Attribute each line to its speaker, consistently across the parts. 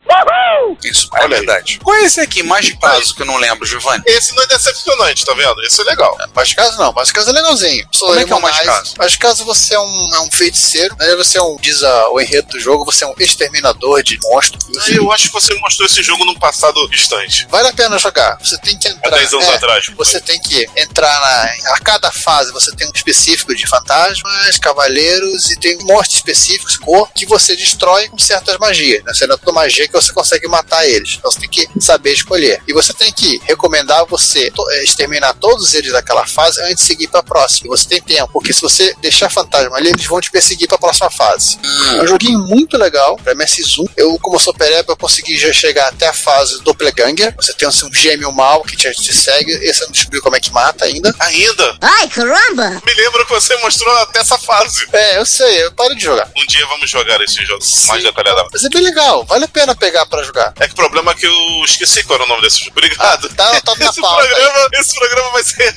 Speaker 1: Isso, é
Speaker 2: Olha aí.
Speaker 1: verdade. Qual é esse aqui, mais de prazo que eu não lembro, Giovanni?
Speaker 2: Esse não é decepcionante, tá vendo? Esse é legal.
Speaker 3: Mas caso não, mas caso é legalzinho. Sou
Speaker 1: Como é que é o
Speaker 3: Monais.
Speaker 1: Mascaso?
Speaker 3: Mas caso você é um, é um feiticeiro, né? você é um, diz a- o enredo do jogo, você é um exterminador de monstros.
Speaker 2: Eu acho que você mostrou esse jogo num passado distante.
Speaker 3: Vale a pena jogar. Você tem que
Speaker 2: Há
Speaker 3: entrar.
Speaker 2: 10 anos
Speaker 3: é,
Speaker 2: atrás.
Speaker 3: Você tem que entrar na. A cada fase você tem um específico de fantasmas, cavaleiros e tem um monte específico, cor, que você destrói com certas magias. Né? Você não é toda magia que você consegue matar eles. Então você tem que saber escolher. E você tem que recomendar você to- eh, exterminar todos eles daquela fase antes de seguir pra próxima. E você tem tempo, porque se você deixar fantasma ali, eles vão te perseguir pra próxima fase. É um joguinho muito legal pra MS1. Eu, como sou pereba, eu consegui já chegar até a fase Doppelganger. Você tem assim, um gêmeo mal que te, te segue. Esse eu não descobri como é que mata ainda.
Speaker 2: Ainda?
Speaker 4: Ai, caramba!
Speaker 2: Me lembro que você mostrou até essa fase.
Speaker 3: É, eu sei, eu paro de jogar.
Speaker 2: Um dia vamos jogar esse jogo mais
Speaker 3: Sim.
Speaker 2: detalhadamente.
Speaker 3: Mas é bem legal, vale a pena pegar pra jogar.
Speaker 2: É que o problema é que eu esqueci qual era o nome desse jogo. Obrigado.
Speaker 3: Ah, tá- tá na
Speaker 2: esse,
Speaker 3: pauta.
Speaker 2: programa, esse programa vai ser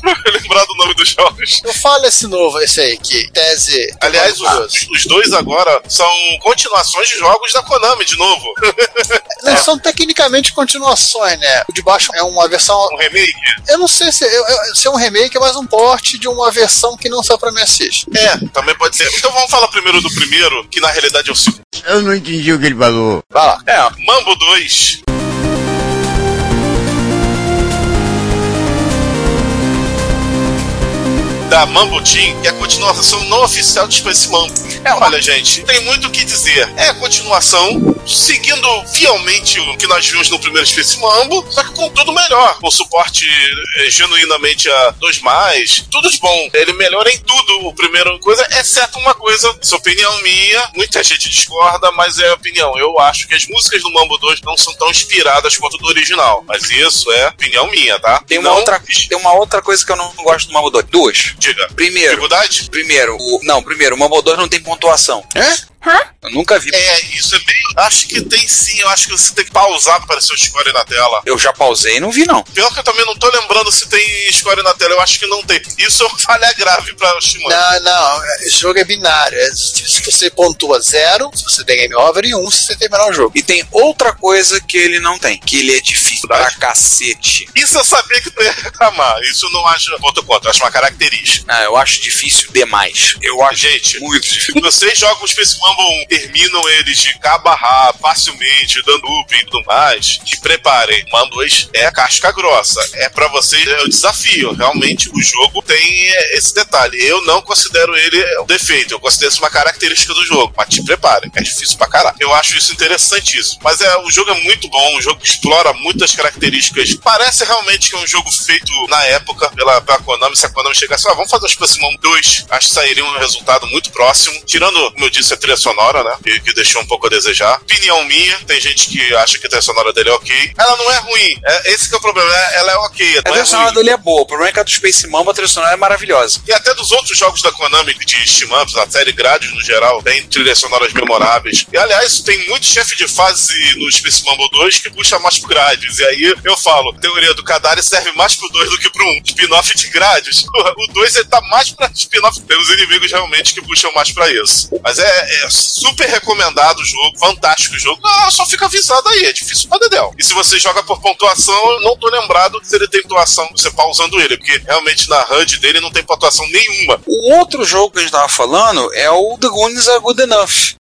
Speaker 2: pra lembrar do nome dos jogos.
Speaker 3: Eu falo esse novo, esse aí, que tese.
Speaker 2: Aliás,
Speaker 3: Tomara
Speaker 2: os,
Speaker 3: curioso.
Speaker 2: os dois agora são continuações de jogos da Konami, de novo. É.
Speaker 3: Não são tecnicamente continuações, né? O de baixo é uma versão.
Speaker 2: Um remake.
Speaker 3: Eu não sei se, eu- eu- se é um remake, é mais um porte de uma versão que não saiu pra MSX.
Speaker 2: É, também pode ser. Então vamos falar primeiro do primeiro, que na realidade é o segundo.
Speaker 5: Eu não entendi o que ele falou.
Speaker 3: Vai lá.
Speaker 1: É,
Speaker 2: Mambo 2. Da Mambo Team, que é a continuação não oficial de Space Mambo. É, olha, gente, tem muito o que dizer. É a continuação, seguindo fielmente o que nós vimos no primeiro Space Mambo, só que com tudo melhor. Com suporte eh, genuinamente a 2, tudo de bom. Ele melhora em tudo o primeiro coisa, exceto uma coisa, isso é opinião minha. Muita gente discorda, mas é opinião. Eu acho que as músicas do Mambo 2 não são tão inspiradas quanto do original. Mas isso é opinião minha, tá?
Speaker 1: tem uma,
Speaker 2: Não-
Speaker 1: outra, tem uma outra coisa que eu não gosto do Mambo 2. Duas.
Speaker 2: Diga.
Speaker 1: Primeiro,
Speaker 2: Dificuldade?
Speaker 1: primeiro, o, não, primeiro, o Mambo 2 não tem pontuação. Eu nunca vi.
Speaker 2: É, isso é bem. Acho que tem sim. Eu acho que você tem que pausar para aparecer o score na tela.
Speaker 1: Eu já pausei e não vi, não.
Speaker 2: Pior que eu também não tô lembrando se tem score na tela. Eu acho que não tem. Isso é uma falha grave pra Shimano.
Speaker 3: Não, não, esse jogo é binário. É, Se se você pontua zero, se você der game over, e um se você terminar o jogo.
Speaker 1: E tem outra coisa que ele não tem, que ele é difícil pra
Speaker 2: Verdade.
Speaker 1: cacete.
Speaker 2: Isso eu sabia que tu ia reclamar. Isso eu não acho ponto contra. Eu Acho uma característica.
Speaker 1: Ah, eu acho difícil demais. Eu acho
Speaker 2: Gente, é
Speaker 1: muito difícil.
Speaker 2: vocês jogam o Space Mambo terminam eles de cabo a rabo, facilmente, dando up e tudo mais. Se preparem. Mambo 2 é casca grossa. É pra vocês, é o desafio. Realmente, o jogo tem é, esse detalhe. Eu não considero ele um defeito. Eu considero isso uma característica do jogo. Mas te preparem. É difícil pra caralho. Eu acho isso interessantíssimo. Mas é, o jogo é muito bom. O jogo explora muitas características. Parece realmente que é um jogo feito na época pela, pela Konami. Se a Konami chegasse, ah, vamos fazer os Spaceman 2. Acho que sairia um resultado muito próximo. Tirando, como eu disse, a trilha sonora, né? Que, que deixou um pouco a desejar. Opinião minha. Tem gente que acha que a trilha sonora dele é ok. Ela não é ruim. É, esse que é o problema. É- Ela é ok.
Speaker 1: A
Speaker 2: Não é
Speaker 1: trilha sonora
Speaker 2: ruim.
Speaker 1: dele é boa, o problema é que a do Space Mamba, a trilha sonora é maravilhosa.
Speaker 2: E até dos outros jogos da Konami de Steam-Ups, na série Gradius no geral, tem trilhas sonoras memoráveis. E aliás, tem muito chefe de fase no Space Mumble 2 que puxa mais pro Gradius. E aí eu falo, a teoria do Kadari serve mais pro 2 do que pro 1. Um. Spin-off de Gradius. O 2 ele tá mais pra spin-off. Tem os inimigos realmente que puxam mais pra isso. Mas é, é super recomendado o jogo, fantástico o jogo. Ah, só fica avisado aí, é difícil pra Dedel. E se você joga por pontuação, eu não tô lembrado se ele tem pontuação, você pausando ele, porque realmente na HUD dele não tem pontuação nenhuma.
Speaker 1: O outro jogo que a gente tava falando é o The Goonies Are Good Enough.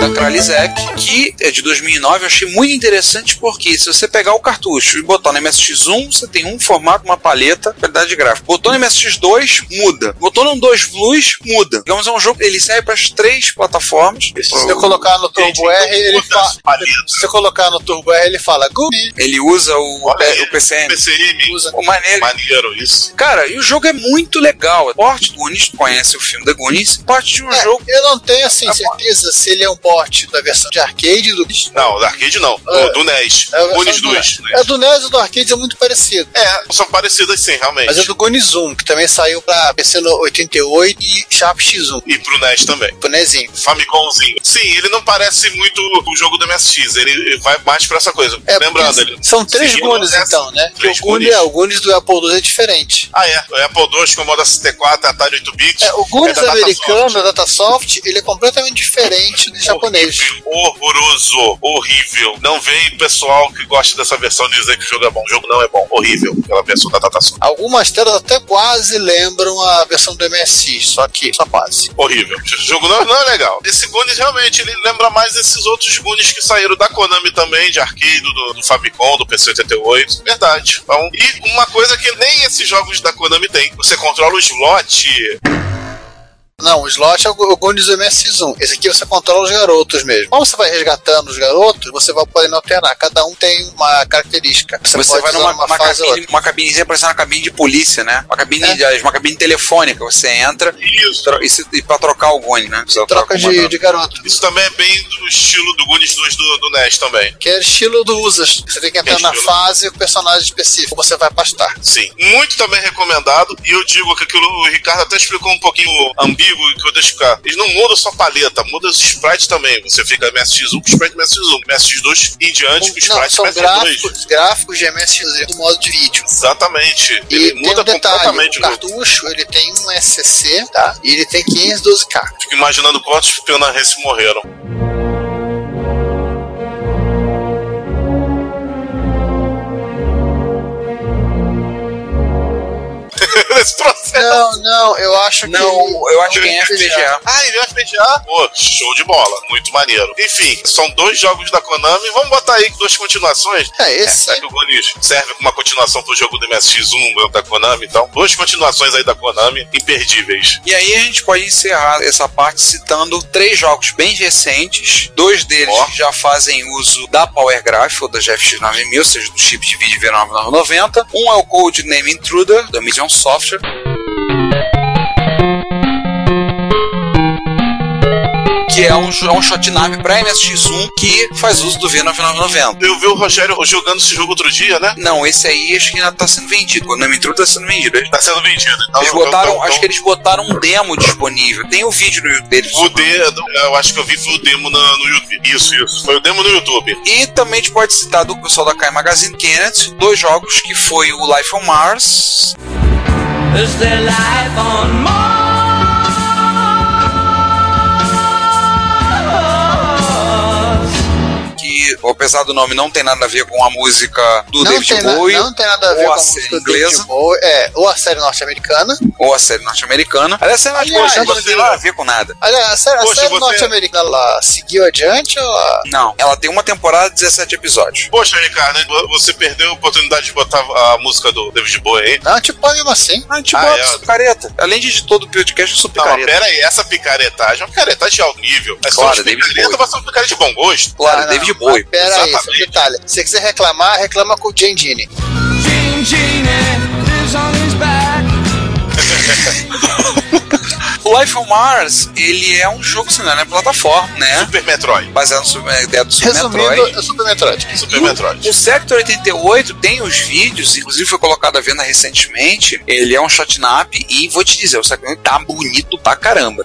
Speaker 1: da Kralizek, que é de 2009, eu achei muito interessante porque se você pegar o cartucho e botar no MSX1, você tem um formato, uma paleta, qualidade gráfica. Botou no MSX2, muda. Botou no 2 Plus, muda. Digamos, é um jogo, ele serve para as três plataformas.
Speaker 3: Se você colocar no
Speaker 2: Gente,
Speaker 3: Turbo R, é, ele
Speaker 2: muda as
Speaker 3: fala.
Speaker 2: paletas.
Speaker 3: Se você colocar no Turbo R, ele fala Gumi.
Speaker 1: Ele usa o,
Speaker 2: Olha aí,
Speaker 1: o PCM.
Speaker 2: PCM,
Speaker 3: Usa.
Speaker 1: O maneiro,
Speaker 2: maneiro isso.
Speaker 1: Cara, e o jogo é muito legal. Parte do Goonies, tu conhece o filme da Goonies, parte de um
Speaker 3: É,
Speaker 1: jogo.
Speaker 3: eu não tenho assim
Speaker 1: Tá bom.
Speaker 3: certeza se ele é um bot da versão de arcade do.
Speaker 2: Não, da arcade não,
Speaker 3: É.
Speaker 2: do, do NES.
Speaker 3: É a versão
Speaker 2: Goonies
Speaker 3: do
Speaker 2: 2. né?
Speaker 3: É do NES e do arcade é muito parecido.
Speaker 2: É, são parecidas sim, realmente.
Speaker 3: Mas é do Goonies 1, que também saiu pra PC no 88 e Sharp X1.
Speaker 2: E pro NES também.
Speaker 3: pro Nezinho.
Speaker 2: Famicomzinho. Sim, ele não parece muito o jogo do MSX, ele vai mais pra essa coisa.
Speaker 3: É,
Speaker 2: Lembrando,
Speaker 3: porque
Speaker 2: ele.
Speaker 3: São três
Speaker 2: seguindo
Speaker 3: Goonies
Speaker 2: essa-
Speaker 3: então, né? Porque
Speaker 2: é, três
Speaker 3: o Goonies,
Speaker 2: Goonies.
Speaker 3: é, o Goonies do Apple II é diferente.
Speaker 2: Ah, é. O Apple II, Commodore 64, Atari 8-bit.
Speaker 3: É, o Goonies
Speaker 2: da Datasoft.
Speaker 3: americano, da Datasoft, ele é completamente diferente do japonês.
Speaker 2: Horrível, horroroso, horrível. Não vem pessoal que gosta dessa versão dizer que o jogo é bom. O jogo não é bom, horrível. Aquela versão da Tatação.
Speaker 3: Algumas telas até quase lembram a versão do MSX, só que só quase.
Speaker 2: Horrível. O jogo não, não é legal. Esse Goonies realmente ele lembra mais esses outros Goonies que saíram da Konami também, de arcade, do, do Famicom, do PC-88. Verdade. Então, e uma coisa que nem esses jogos da Konami tem. Você controla o slot
Speaker 3: Não, o slot é o Go- o Goonies do MSX1. Esse aqui você controla os garotos mesmo. Como você vai resgatando os garotos, você vai podendo alternar. Cada um tem uma característica. Você,
Speaker 1: Você
Speaker 3: pode
Speaker 1: vai
Speaker 3: usar
Speaker 1: numa
Speaker 3: uma
Speaker 1: uma
Speaker 3: fase ou outra.
Speaker 1: cabine, uma cabinezinha parecendo uma cabine de polícia, né? Uma cabine,
Speaker 3: É.
Speaker 1: aliás, uma cabine telefônica. Você entra
Speaker 2: Isso.
Speaker 1: tro- e, se, e pra trocar o Goonies, né? Precisa trocar
Speaker 3: Troca
Speaker 1: o
Speaker 3: de,
Speaker 1: comandante.
Speaker 3: de garoto.
Speaker 2: Isso também é bem do estilo do Goonies 2 do, do NES também.
Speaker 3: Que é estilo do Usas. Você tem que entrar
Speaker 2: É
Speaker 3: na
Speaker 2: estilo.
Speaker 3: fase com o personagem específico. Você vai pastar.
Speaker 2: Sim. Muito também recomendado. E eu digo que aquilo, o Ricardo até explicou um pouquinho ambíguo que eu deixo ficar. Eles não mudam só a paleta, mudam os sprites também. Você fica MSX1 com o sprite MSX1, MSX2 em diante com o
Speaker 3: Não,
Speaker 2: sprite
Speaker 3: são
Speaker 2: MSX2.
Speaker 3: gráficos, gráficos de MSX um do modo de vídeo.
Speaker 2: Exatamente.
Speaker 3: E
Speaker 2: Ele
Speaker 3: tem
Speaker 2: muda
Speaker 3: um detalhe,
Speaker 2: completamente
Speaker 3: o
Speaker 2: o jogo.
Speaker 3: cartucho ele tem um SCC, tá? E ele tem 512K.
Speaker 2: Fico imaginando quantos Penarrense morreram. Esse processo.
Speaker 3: Não, não, eu acho que...
Speaker 1: É, tá. Não, eu acho que é FPGA.
Speaker 2: Ah, ele é FPGA? Pô, show de bola. Muito maneiro. Enfim, são dois jogos da Konami. Vamos botar aí duas continuações.
Speaker 3: É, esse...
Speaker 2: Será que o Gonis serve como uma continuação pro jogo do MSX1 da Konami? Então, duas continuações aí da Konami imperdíveis.
Speaker 1: E aí a gente pode encerrar essa parte citando três jogos bem recentes, dois deles
Speaker 2: Ó.
Speaker 1: que já fazem uso da Power Graph ou da GFX 9000, ou seja, do chip de vídeo V9990. Um é o Code Name Intruder, da Medium Software. Que é um, jo- é um shotname para MSX1 que faz uso do V9990.
Speaker 2: Eu vi o Rogério jogando esse jogo outro dia, né?
Speaker 1: Não, esse aí acho que ainda tá sendo vendido. O Name Intruder tá sendo vendido. Eles-
Speaker 2: Tá sendo vendido. Então,
Speaker 1: Eles botaram, acho que eles botaram um demo disponível. Tem o vídeo no YouTube deles.
Speaker 2: então, O de- eu acho que eu vi foi o demo na- no YouTube. Isso, isso. Foi o demo no YouTube.
Speaker 1: E também a gente pode citar do pessoal da Kai Magazine Kenneth, dois jogos que foi o Life on Mars
Speaker 6: Is there life on Mars?
Speaker 1: que que, apesar do nome, não tem nada a ver com a música do
Speaker 3: não,
Speaker 1: David
Speaker 3: tem na-
Speaker 1: Bowie,
Speaker 3: não tem nada a ver
Speaker 1: ou
Speaker 3: com
Speaker 1: a
Speaker 3: a
Speaker 1: série
Speaker 3: música do David
Speaker 1: inglesa.
Speaker 3: Bowie, é, ou a série norte-americana.
Speaker 1: ou a série norte-americana. Aliás, a série
Speaker 3: Aliás,
Speaker 1: norte-americana não
Speaker 2: você-
Speaker 1: tem nada a ver com nada.
Speaker 3: Aliás, a série, a
Speaker 2: Poxa,
Speaker 3: série
Speaker 2: você-
Speaker 3: norte-americana ela seguiu adiante ou ela...
Speaker 1: Não, ela tem uma temporada de 17 episódios.
Speaker 2: Poxa, Ricardo, vo- você perdeu a oportunidade de botar a música do David Bowie aí.
Speaker 3: Não, tipo, mesmo assim.
Speaker 1: Ah, tipo,
Speaker 2: Ah,
Speaker 1: ah,
Speaker 2: é.
Speaker 1: sou picareta. Além de todo o podcast, eu sou
Speaker 2: Não, mas
Speaker 1: picareta.
Speaker 2: pera aí, essa picaretagem é uma picaretagem de alto nível. É só
Speaker 1: Claro,
Speaker 2: uma
Speaker 1: David
Speaker 2: picareta,
Speaker 1: Bowie.
Speaker 2: mas é uma picareta de bom gosto.
Speaker 1: Claro,
Speaker 3: Ah, não,
Speaker 1: David Bowie.
Speaker 3: mas Pera aí,
Speaker 2: Exatamente.
Speaker 3: só um detalhe. Se você quiser reclamar, reclama com o Jendini.
Speaker 6: Gene Genie lives on his back.
Speaker 1: O Life on Mars, ele é um jogo, se não é plataforma, né?
Speaker 2: Super Metroid.
Speaker 1: Baseado no Super- na ideia do Super
Speaker 3: Resumindo,
Speaker 1: Metroid.
Speaker 3: é o Super Metroid.
Speaker 2: Super
Speaker 1: E o-
Speaker 2: Metroid.
Speaker 1: O Sector 88 tem os vídeos, inclusive foi colocado à venda recentemente. Ele é um shotnap e vou te dizer, o Sector 88 tá bonito pra caramba.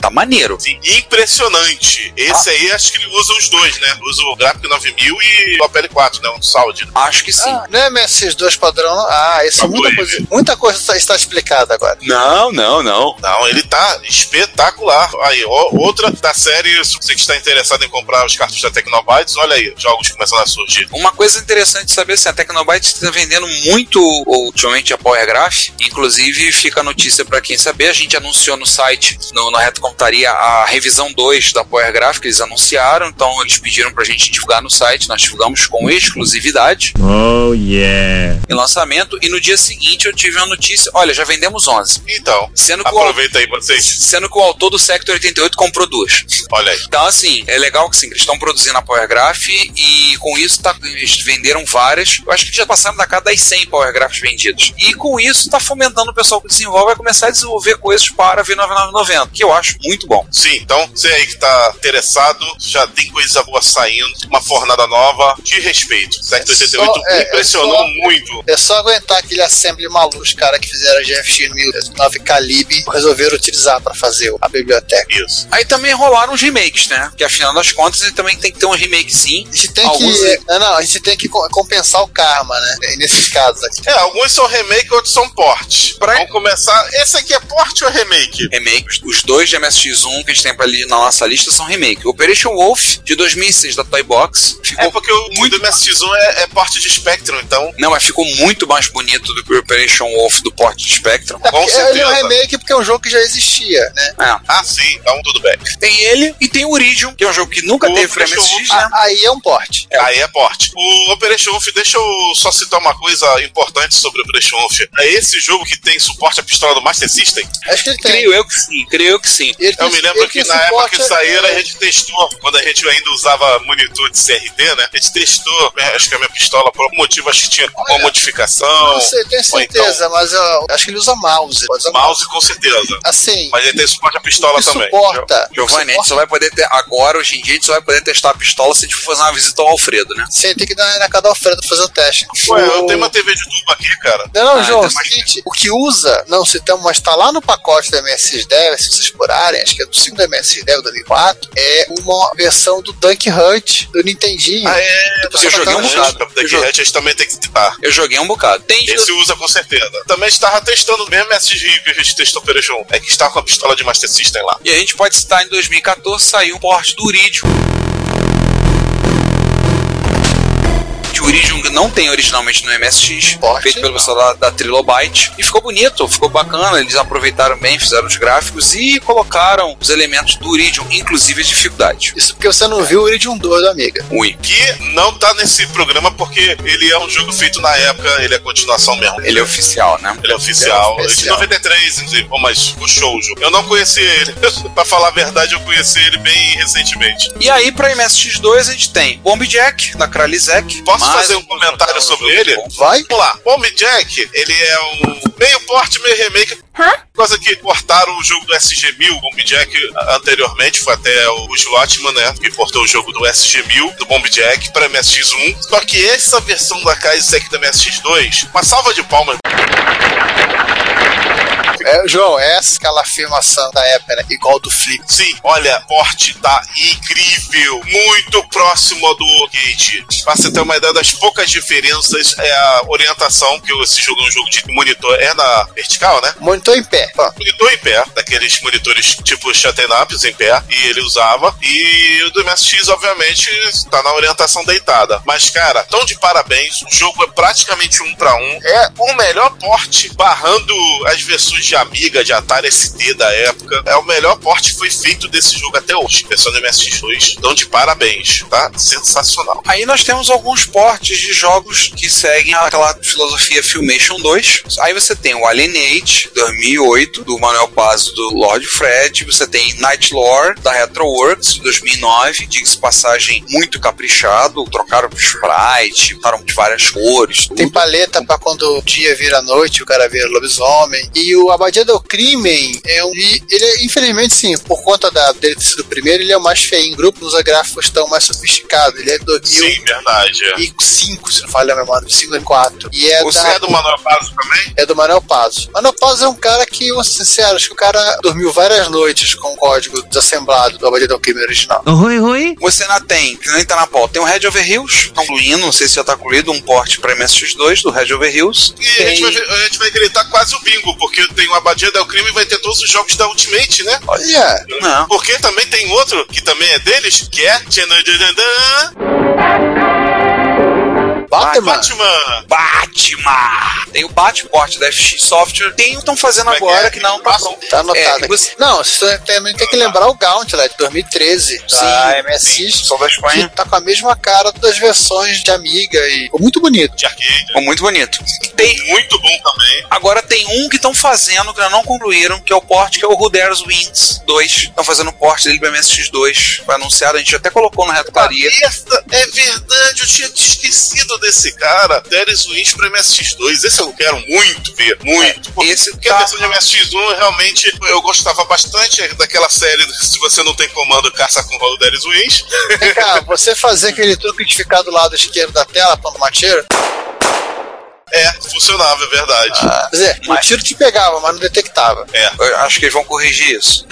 Speaker 1: Tá maneiro.
Speaker 2: Sim, impressionante. Esse aí, acho que ele usa os dois, né? Usa o gráfico 9000 e o Apple 4, né? Um Solid.
Speaker 1: Acho que sim.
Speaker 3: Ah, não é MS2 padrão? não? Ah, isso
Speaker 2: Tá
Speaker 3: muita
Speaker 2: doido.
Speaker 3: coisa, muita coisa está, está explicada agora.
Speaker 1: Não, não, não.
Speaker 2: Não, ele tá espetacular. Aí, ó, outra da série, se você que está interessado em comprar os cartuchos da Tecnobytes, olha aí, jogos começando a surgir.
Speaker 1: Uma coisa interessante de saber assim, a Tecnobyte está vendendo muito ultimamente a PowerGraph. Inclusive, fica a notícia para quem saber. A gente anunciou no site, no, na Reto Computaria, a revisão 2 da PowerGraph, que eles anunciaram. Então, eles pediram para a gente divulgar no site. Nós divulgamos com exclusividade
Speaker 4: Oh yeah.
Speaker 1: em lançamento. E no dia seguinte, eu tive uma notícia: olha, já vendemos 11.
Speaker 2: Então,
Speaker 1: Sendo que, o, au-
Speaker 2: aproveita aí vocês.
Speaker 1: sendo que o autor do Sector 88 comprou duas.
Speaker 2: Olha aí.
Speaker 1: Então, assim, é legal que sim, eles estão produzindo a PowerGraph e com isso tá, eles venderam várias. Eu acho que já passaram da casa das 100 PowerGraphs vendidos. E com isso está fomentando o pessoal que desenvolve a começar a desenvolver coisas para a V9990, que eu acho muito bom.
Speaker 2: Sim, então você aí que tá interessado, já tem coisa boa saindo, uma fornada nova, de respeito. 788
Speaker 3: É só- é,
Speaker 2: impressionou
Speaker 3: é só-
Speaker 2: muito.
Speaker 3: É só aguentar aquele assembly maluco, os caras que fizeram a GFX 1009 Calibre resolveram utilizar para fazer a biblioteca.
Speaker 2: Isso.
Speaker 1: Aí também rolaram os remakes, né? Que afinal das contas ele também tem que ter um remakezinho.
Speaker 3: A gente tem
Speaker 1: Alguns-
Speaker 3: que. é, Não, não, a gente tem que co- compensar o karma, né? Nesses casos aqui.
Speaker 2: É, alguns são remake, outros são port.
Speaker 1: Pra-
Speaker 2: Vamos começar. Esse aqui é port ou é remake?
Speaker 1: Remake. Os dois de MSX1 que a gente tem ali na nossa lista são remake. Operation Wolf, de 2006, da Toy Box. Ficou
Speaker 2: É porque o muito
Speaker 1: muito
Speaker 2: do MSX1 é, é port de Spectrum, então.
Speaker 1: Não, mas ficou muito mais bonito do que o Operation Wolf do porte de Spectrum.
Speaker 3: É
Speaker 2: Com
Speaker 3: porque ele é um
Speaker 2: certeza.
Speaker 3: remake porque é um jogo que já existia, né?
Speaker 1: É.
Speaker 2: Ah, sim, então tudo bem.
Speaker 1: Tem ele e tem o Oridium, que é um jogo que nunca
Speaker 2: O
Speaker 1: teve pra
Speaker 2: Operation
Speaker 1: MSX, né?
Speaker 3: A- Aí é um porte.
Speaker 1: É.
Speaker 2: Aí é port. O Operation Wolf, deixa eu só citar uma coisa importante sobre o Operation Wolf. É esse jogo que tem suporte à pistola do Master System?
Speaker 3: Acho que ele tem.
Speaker 1: Creio eu que sim, creio eu que sim.
Speaker 3: Ele
Speaker 2: Eu
Speaker 3: tem-
Speaker 2: me lembro
Speaker 3: ele
Speaker 2: que
Speaker 3: tem
Speaker 2: na época
Speaker 3: suporte é-
Speaker 2: que
Speaker 3: a-
Speaker 2: saíram a gente testou, quando a gente ainda usava monitor de CRT, né? A gente testou, né, acho que a minha pistola, por algum motivo, acho que tinha alguma modificação.
Speaker 3: Não sei, tenho
Speaker 2: Ou então,
Speaker 3: certeza, mas eu acho que ele usa mouse. Pode usar
Speaker 2: Mouse com certeza.
Speaker 3: Assim,
Speaker 2: Mas ele tem suporte à pistola
Speaker 3: que
Speaker 2: também.
Speaker 3: suporta.
Speaker 1: Giovanni, a gente
Speaker 3: suporta-
Speaker 1: só vai poder ter. Agora, hoje em dia, a gente só vai poder testar a pistola se a gente for fazer uma visita ao Alfredo, né?
Speaker 3: Você tem que dar na cada oferta pra fazer o teste.
Speaker 2: Ué, eu tenho uma TV de tubo aqui, cara.
Speaker 3: Não, não,
Speaker 1: Ah,
Speaker 3: João, é o
Speaker 1: então mais-
Speaker 3: seguinte, o que usa, não citamos, mas tá lá no pacote da MS10, se vocês explorarem, acho que é do 5 da MS10 ou 2004, é uma versão do Dunk Hunt do Nintendinho. Então
Speaker 2: Ah, é.
Speaker 3: Você tá
Speaker 1: eu joguei um
Speaker 3: botando-
Speaker 1: bocado.
Speaker 2: Daqui
Speaker 1: Eu jo-
Speaker 2: a gente também tem que citar.
Speaker 1: Eu joguei um bocado. Tem de-
Speaker 2: Esse usa com certeza. Também estava testando o mesmo SG Rio que a gente testou pelo João. É que está com a pistola de Master System lá.
Speaker 1: E a gente pode citar em 2014 saiu um porte do Uridium. Que o Uridium não tem originalmente no MSX,
Speaker 3: Porte,
Speaker 1: feito pelo
Speaker 3: não.
Speaker 1: pessoal da, da Trilobyte. E ficou bonito, ficou bacana. Eles aproveitaram bem, fizeram os gráficos e colocaram os elementos do Uridium, inclusive a dificuldade.
Speaker 3: Isso porque você não viu o Iridium 2, amiga.
Speaker 1: Ui.
Speaker 2: Que não tá nesse programa porque ele é um jogo feito na época, ele é continuação mesmo.
Speaker 1: Ele é oficial, né?
Speaker 2: Ele é oficial.
Speaker 3: Ele é
Speaker 2: Ele é de
Speaker 3: oficial.
Speaker 2: 93, inclusive. Pô, mas puxou o jogo. Eu não conheci ele. pra falar a verdade, eu conheci ele bem recentemente.
Speaker 1: E aí, pra MSX2, a gente tem Bomb Jack, da Kralizek.
Speaker 2: Posso fazer um comentário sobre ele?
Speaker 3: Vai?
Speaker 2: Vamos lá. Bomb Jack, ele é um meio porte, meio remake.
Speaker 7: Hã?
Speaker 2: Por causa que cortaram o jogo do SG-1000, Bomb Jack, anteriormente, foi até o Slotman, né, que portou o jogo do SG-1000, do Bomb Jack, pra MSX1. Só que essa versão da Kaisek da MSX2, uma salva de palmas.
Speaker 3: É, João, essa é aquela afirmação da época, né? Igual do Flip.
Speaker 2: Sim, olha, porte tá incrível, muito próximo ao do Gate. Pra você ter uma ideia das poucas diferenças, é a orientação, que esse jogo é um jogo de monitor, é na vertical, né?
Speaker 3: Monitor em pé. Pronto.
Speaker 2: Monitor em pé, daqueles monitores tipo shut-ups em pé, e ele usava. E o do MSX, obviamente, tá na orientação deitada. Mas, cara, tão de parabéns, o jogo é praticamente um pra um. É o melhor porte, barrando as versões de Amiga, de Atari ST da época. É o melhor porte que foi feito desse jogo até hoje. Versão do MSX2, tão de parabéns, tá? Sensacional.
Speaker 1: Aí nós temos alguns portes de jogos que seguem aquela filosofia Filmation 2. Aí você tem o Alienate, 2008, do Manuel Paz e do Lord Fred. Você tem Night Lore, da Retroworks, de 2009. Diga-se passagem, muito caprichado. Trocaram sprite, botaram de várias cores. tudo.
Speaker 3: Tem paleta pra quando o dia vira noite, o cara vira lobisomem. E o Abadia do Crimen é um. e ele é, infelizmente, sim, por conta da, dele ter sido o primeiro, ele é o mais feio em grupo, usa gráficos estão mais sofisticados. Ele é do
Speaker 2: Sim, verdade. é.
Speaker 3: 2005, se não falha a memória, 2004. E é
Speaker 2: Você
Speaker 3: da.
Speaker 2: é do Manuel Paz também?
Speaker 3: É do Manuel Pazzo. Manuel Pazzo é um cara que, vou ser sincero, acho que o cara dormiu várias noites com o código desassemblado do Abadia do Crime original.
Speaker 1: Você ainda tem, que nem tá na pauta, tem o Red Over Hills, concluindo, não sei se já tá concluído, um porte pra MSX2 do Red Over Hills.
Speaker 2: E a gente, vai, a gente vai gritar quase o bingo, porque tem o Abadia Del Crime e vai ter todos os jogos da Ultimate, né?
Speaker 3: Olha,
Speaker 1: Não.
Speaker 2: Porque também tem outro, que também é deles, que é Tchanandandandan,
Speaker 3: Batman.
Speaker 2: Batman.
Speaker 1: Batman! Tem o Batport da FX Software. Tem o que estão fazendo
Speaker 2: Como é que
Speaker 1: agora
Speaker 2: é?
Speaker 1: que não tá
Speaker 2: Passa-
Speaker 1: pronto.
Speaker 3: Tá anotado
Speaker 1: É,
Speaker 3: aqui.
Speaker 1: você- Ah.
Speaker 3: Não, você também tem que lembrar o né, Gauntlet, 2013.
Speaker 1: Sim,
Speaker 2: Ah,
Speaker 3: da MSX.
Speaker 1: sim, só da
Speaker 3: que
Speaker 1: Espanha.
Speaker 3: tá com a mesma cara das versões de Amiga e ficou muito bonito.
Speaker 2: De arcade.
Speaker 1: Ficou muito bonito. Tem,
Speaker 2: Muito bom também.
Speaker 1: agora tem um que estão fazendo, que ainda não concluíram, que é o porte, que é o Ruder's Wings 2. Estão fazendo o porte dele pra MSX2. Foi anunciado, a gente até colocou
Speaker 2: Tá
Speaker 1: no Reto Paria.
Speaker 2: Essa é verdade, eu tinha esquecido desse cara. Teres Wins pra MSX2. Esse eu quero muito ver, muito. Porque
Speaker 1: Esse
Speaker 2: Porque a
Speaker 1: tá...
Speaker 2: versão de MSX1 realmente eu gostava bastante daquela série do Se Você Não Tem Comando, Caça com Rolo Deris Wins.
Speaker 3: Vem cá, você fazer aquele truque de ficar do lado esquerdo da tela quando uma tiro?
Speaker 2: É, funcionava, é verdade.
Speaker 3: Quer dizer, o tiro te pegava, mas não detectava.
Speaker 1: Eu acho que eles vão corrigir isso.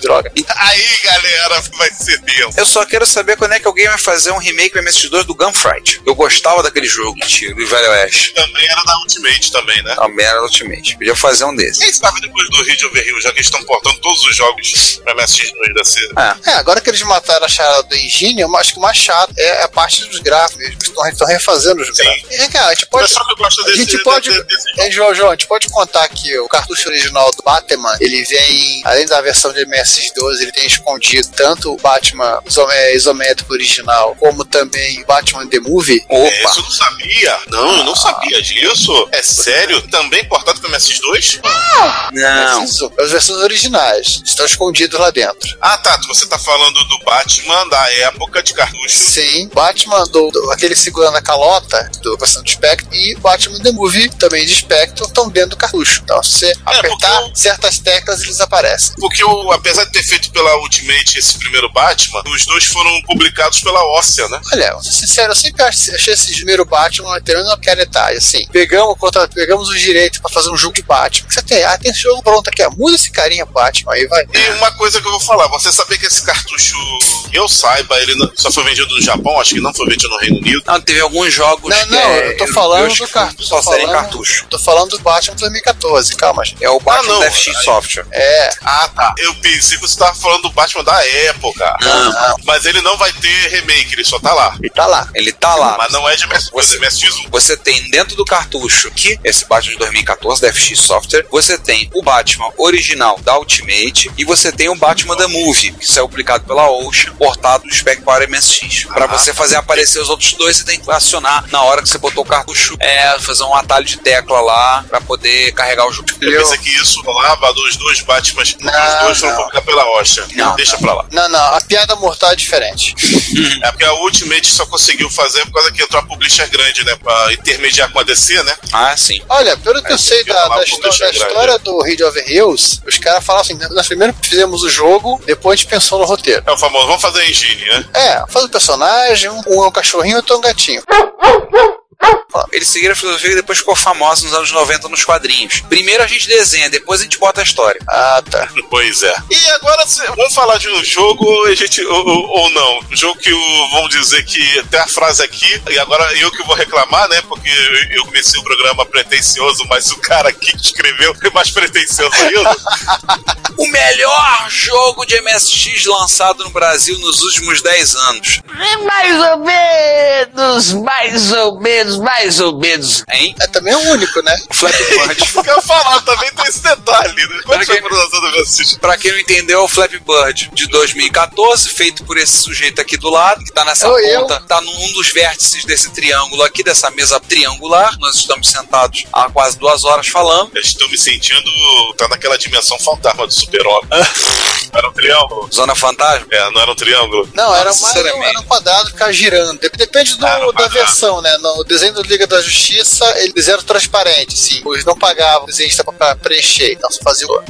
Speaker 3: Droga.
Speaker 2: Aí, galera, vai ser Deus.
Speaker 1: Eu só quero saber quando é que alguém vai fazer um remake do MSX2 do Gunfight. Eu gostava daquele jogo de tiro, do Velho Oeste.
Speaker 2: Também era da Ultimate também, né?
Speaker 1: A merda Ultimate. Podia fazer um desses.
Speaker 2: Quem sabe depois do Ridge Over Hill, já que eles estão portando todos os jogos pra MSX2 da série.
Speaker 3: É, agora que eles mataram a charada do Engine, eu acho que o mais chato é a parte dos gráficos. Eles estão- estão refazendo os
Speaker 2: Sim.
Speaker 3: gráficos. Vem cá, a gente
Speaker 2: Mas
Speaker 3: pode.
Speaker 2: só que eu gosto
Speaker 3: A
Speaker 2: desse,
Speaker 3: gente pode.
Speaker 2: desse- desse jogo.
Speaker 3: Hein, João, João, a gente pode contar que o cartucho original do Batman, ele vem, além da versão de MS-12, ele tem escondido tanto o Batman isomé- isométrico original, como também o Batman The Movie.
Speaker 2: É,
Speaker 1: Opa!
Speaker 2: isso eu não sabia. Não, eu não sabia disso. É sério? Também portado pra MS2?
Speaker 1: Não.
Speaker 3: Esses- é As versões originais estão escondidos lá dentro.
Speaker 2: Ah, tá. Você tá falando do Batman da época de cartucho.
Speaker 3: Sim, Batman, do, do- aquele segurando a calota, do versão de Spectre, e Batman The Movie, também de Spectre, estão dentro do cartucho. Então, se você apertar
Speaker 2: porque
Speaker 3: certas teclas, eles aparecem.
Speaker 2: Porque, o, apesar de ter feito pela Ultimate esse primeiro Batman, os dois foram publicados pela Óssea, né?
Speaker 3: Olha, vou ser sincero, eu sempre ach- achei esse primeiro Batman uma tremenda piaretagem, assim. Pegamos, contra, pegamos os direitos pra fazer um jogo de Batman. Você tem, ah, tem esse jogo pronto aqui, ó. Muda esse carinha pro Batman aí, vai.
Speaker 2: E uma coisa que eu vou falar, você sabia que esse cartucho, que eu saiba, ele não- só foi vendido no Japão, acho que não foi vendido no Reino Unido.
Speaker 1: Não, teve alguns jogos.
Speaker 3: Não,
Speaker 1: que
Speaker 3: não,
Speaker 1: é,
Speaker 3: eu tô falando
Speaker 1: europeus
Speaker 3: do
Speaker 1: que
Speaker 3: cartucho,
Speaker 1: Só
Speaker 3: tô
Speaker 1: serem
Speaker 3: falando- Ah,
Speaker 1: cartucho.
Speaker 3: Tô falando do Batman 2014, calma, gente.
Speaker 1: É o Batman
Speaker 2: não,
Speaker 1: da FX Software.
Speaker 3: É,
Speaker 2: Ah, tá. Eu pensei que você tava falando do Batman da época.
Speaker 1: Não,
Speaker 2: Mas ele não vai ter remake, ele só tá lá.
Speaker 3: e tá lá.
Speaker 1: ele tá lá.
Speaker 2: Mas não é de MS2,
Speaker 1: Você-
Speaker 2: é MSX1.
Speaker 1: Você tem dentro do cartucho que esse Batman de 2014 da FX Software, você tem o Batman original da Ultimate e você tem o Batman da Movie, que saiu publicado pela Ocean, portado do Spec para MSX. Pra
Speaker 2: Ah.
Speaker 1: você fazer aparecer os outros dois, você tem que acionar na hora que você botou o cartucho, é, fazer um atalho de tecla lá pra poder carregar o jogo.
Speaker 2: Eu pensei que isso falava dos dois Batmans, que os
Speaker 3: Não,
Speaker 2: dois foram
Speaker 3: não.
Speaker 2: publicados pela Osha.
Speaker 1: Não,
Speaker 2: Deixa pra lá.
Speaker 3: Não, não, a piada mortal é diferente.
Speaker 2: É porque a Ultimate só conseguiu fazer por causa que entrou a publisher grande, né? Pra intermediar com a DC, né?
Speaker 1: Ah, sim.
Speaker 3: Olha, pelo que eu sei
Speaker 2: fica
Speaker 3: da,
Speaker 2: lá,
Speaker 3: da,
Speaker 2: vamos
Speaker 3: histó- da
Speaker 2: deixar grande.
Speaker 3: história do Ridge Over Hills, os caras falaram assim, nós primeiro fizemos o jogo, depois a gente pensou no roteiro.
Speaker 2: É o famoso, vamos fazer engine, né?
Speaker 3: É, faz o personagem, um um é um cachorrinho, outro é um gatinho.
Speaker 1: Eles seguiram a filosofia que depois ficou famosa nos anos 90 nos quadrinhos. Primeiro a gente desenha, depois a gente bota a história.
Speaker 3: Ah, tá.
Speaker 2: Pois é. E agora cê- vamos falar de um jogo a gente, ou, ou- ou não. Um jogo que o, vamos dizer que tem a frase aqui, e agora eu que vou reclamar, né? Porque eu- eu comecei o programa pretencioso, mas o cara aqui que escreveu é mais pretencioso né? ainda.
Speaker 1: O melhor jogo de MSX lançado no Brasil nos últimos 10 anos.
Speaker 8: Mais ou menos, mais ou menos, mais ou menos.
Speaker 1: Hein?
Speaker 3: É também o único, né?
Speaker 1: Flappy Bird.
Speaker 2: Eu quero falar, também tem esse detalhe. Né? Quando foi a produção do Francisco?
Speaker 1: Pra quem não entendeu, é o Flappy Bird de 2014, feito por esse sujeito aqui do lado, que tá nessa
Speaker 3: Sou eu.
Speaker 1: ponta, tá num dos vértices desse triângulo aqui, dessa mesa triangular. Nós estamos sentados há quase duas horas falando.
Speaker 2: Eu estou me sentindo. tá naquela dimensão fantasma do super-homem. Era um triângulo?
Speaker 1: Zona Fantasma.
Speaker 2: É, não era um triângulo.
Speaker 3: Não, era,
Speaker 1: Nossa,
Speaker 3: mais,
Speaker 1: sinceramente.
Speaker 3: era um quadrado ficar girando. Dep- Depende do-
Speaker 2: Era um
Speaker 3: da
Speaker 2: quadrado.
Speaker 3: versão, né? No desenho do Liga da Justiça, eles eram transparentes, sim. Eles não pagavam o desenhista pra- pra preencher. Então, só fazia o-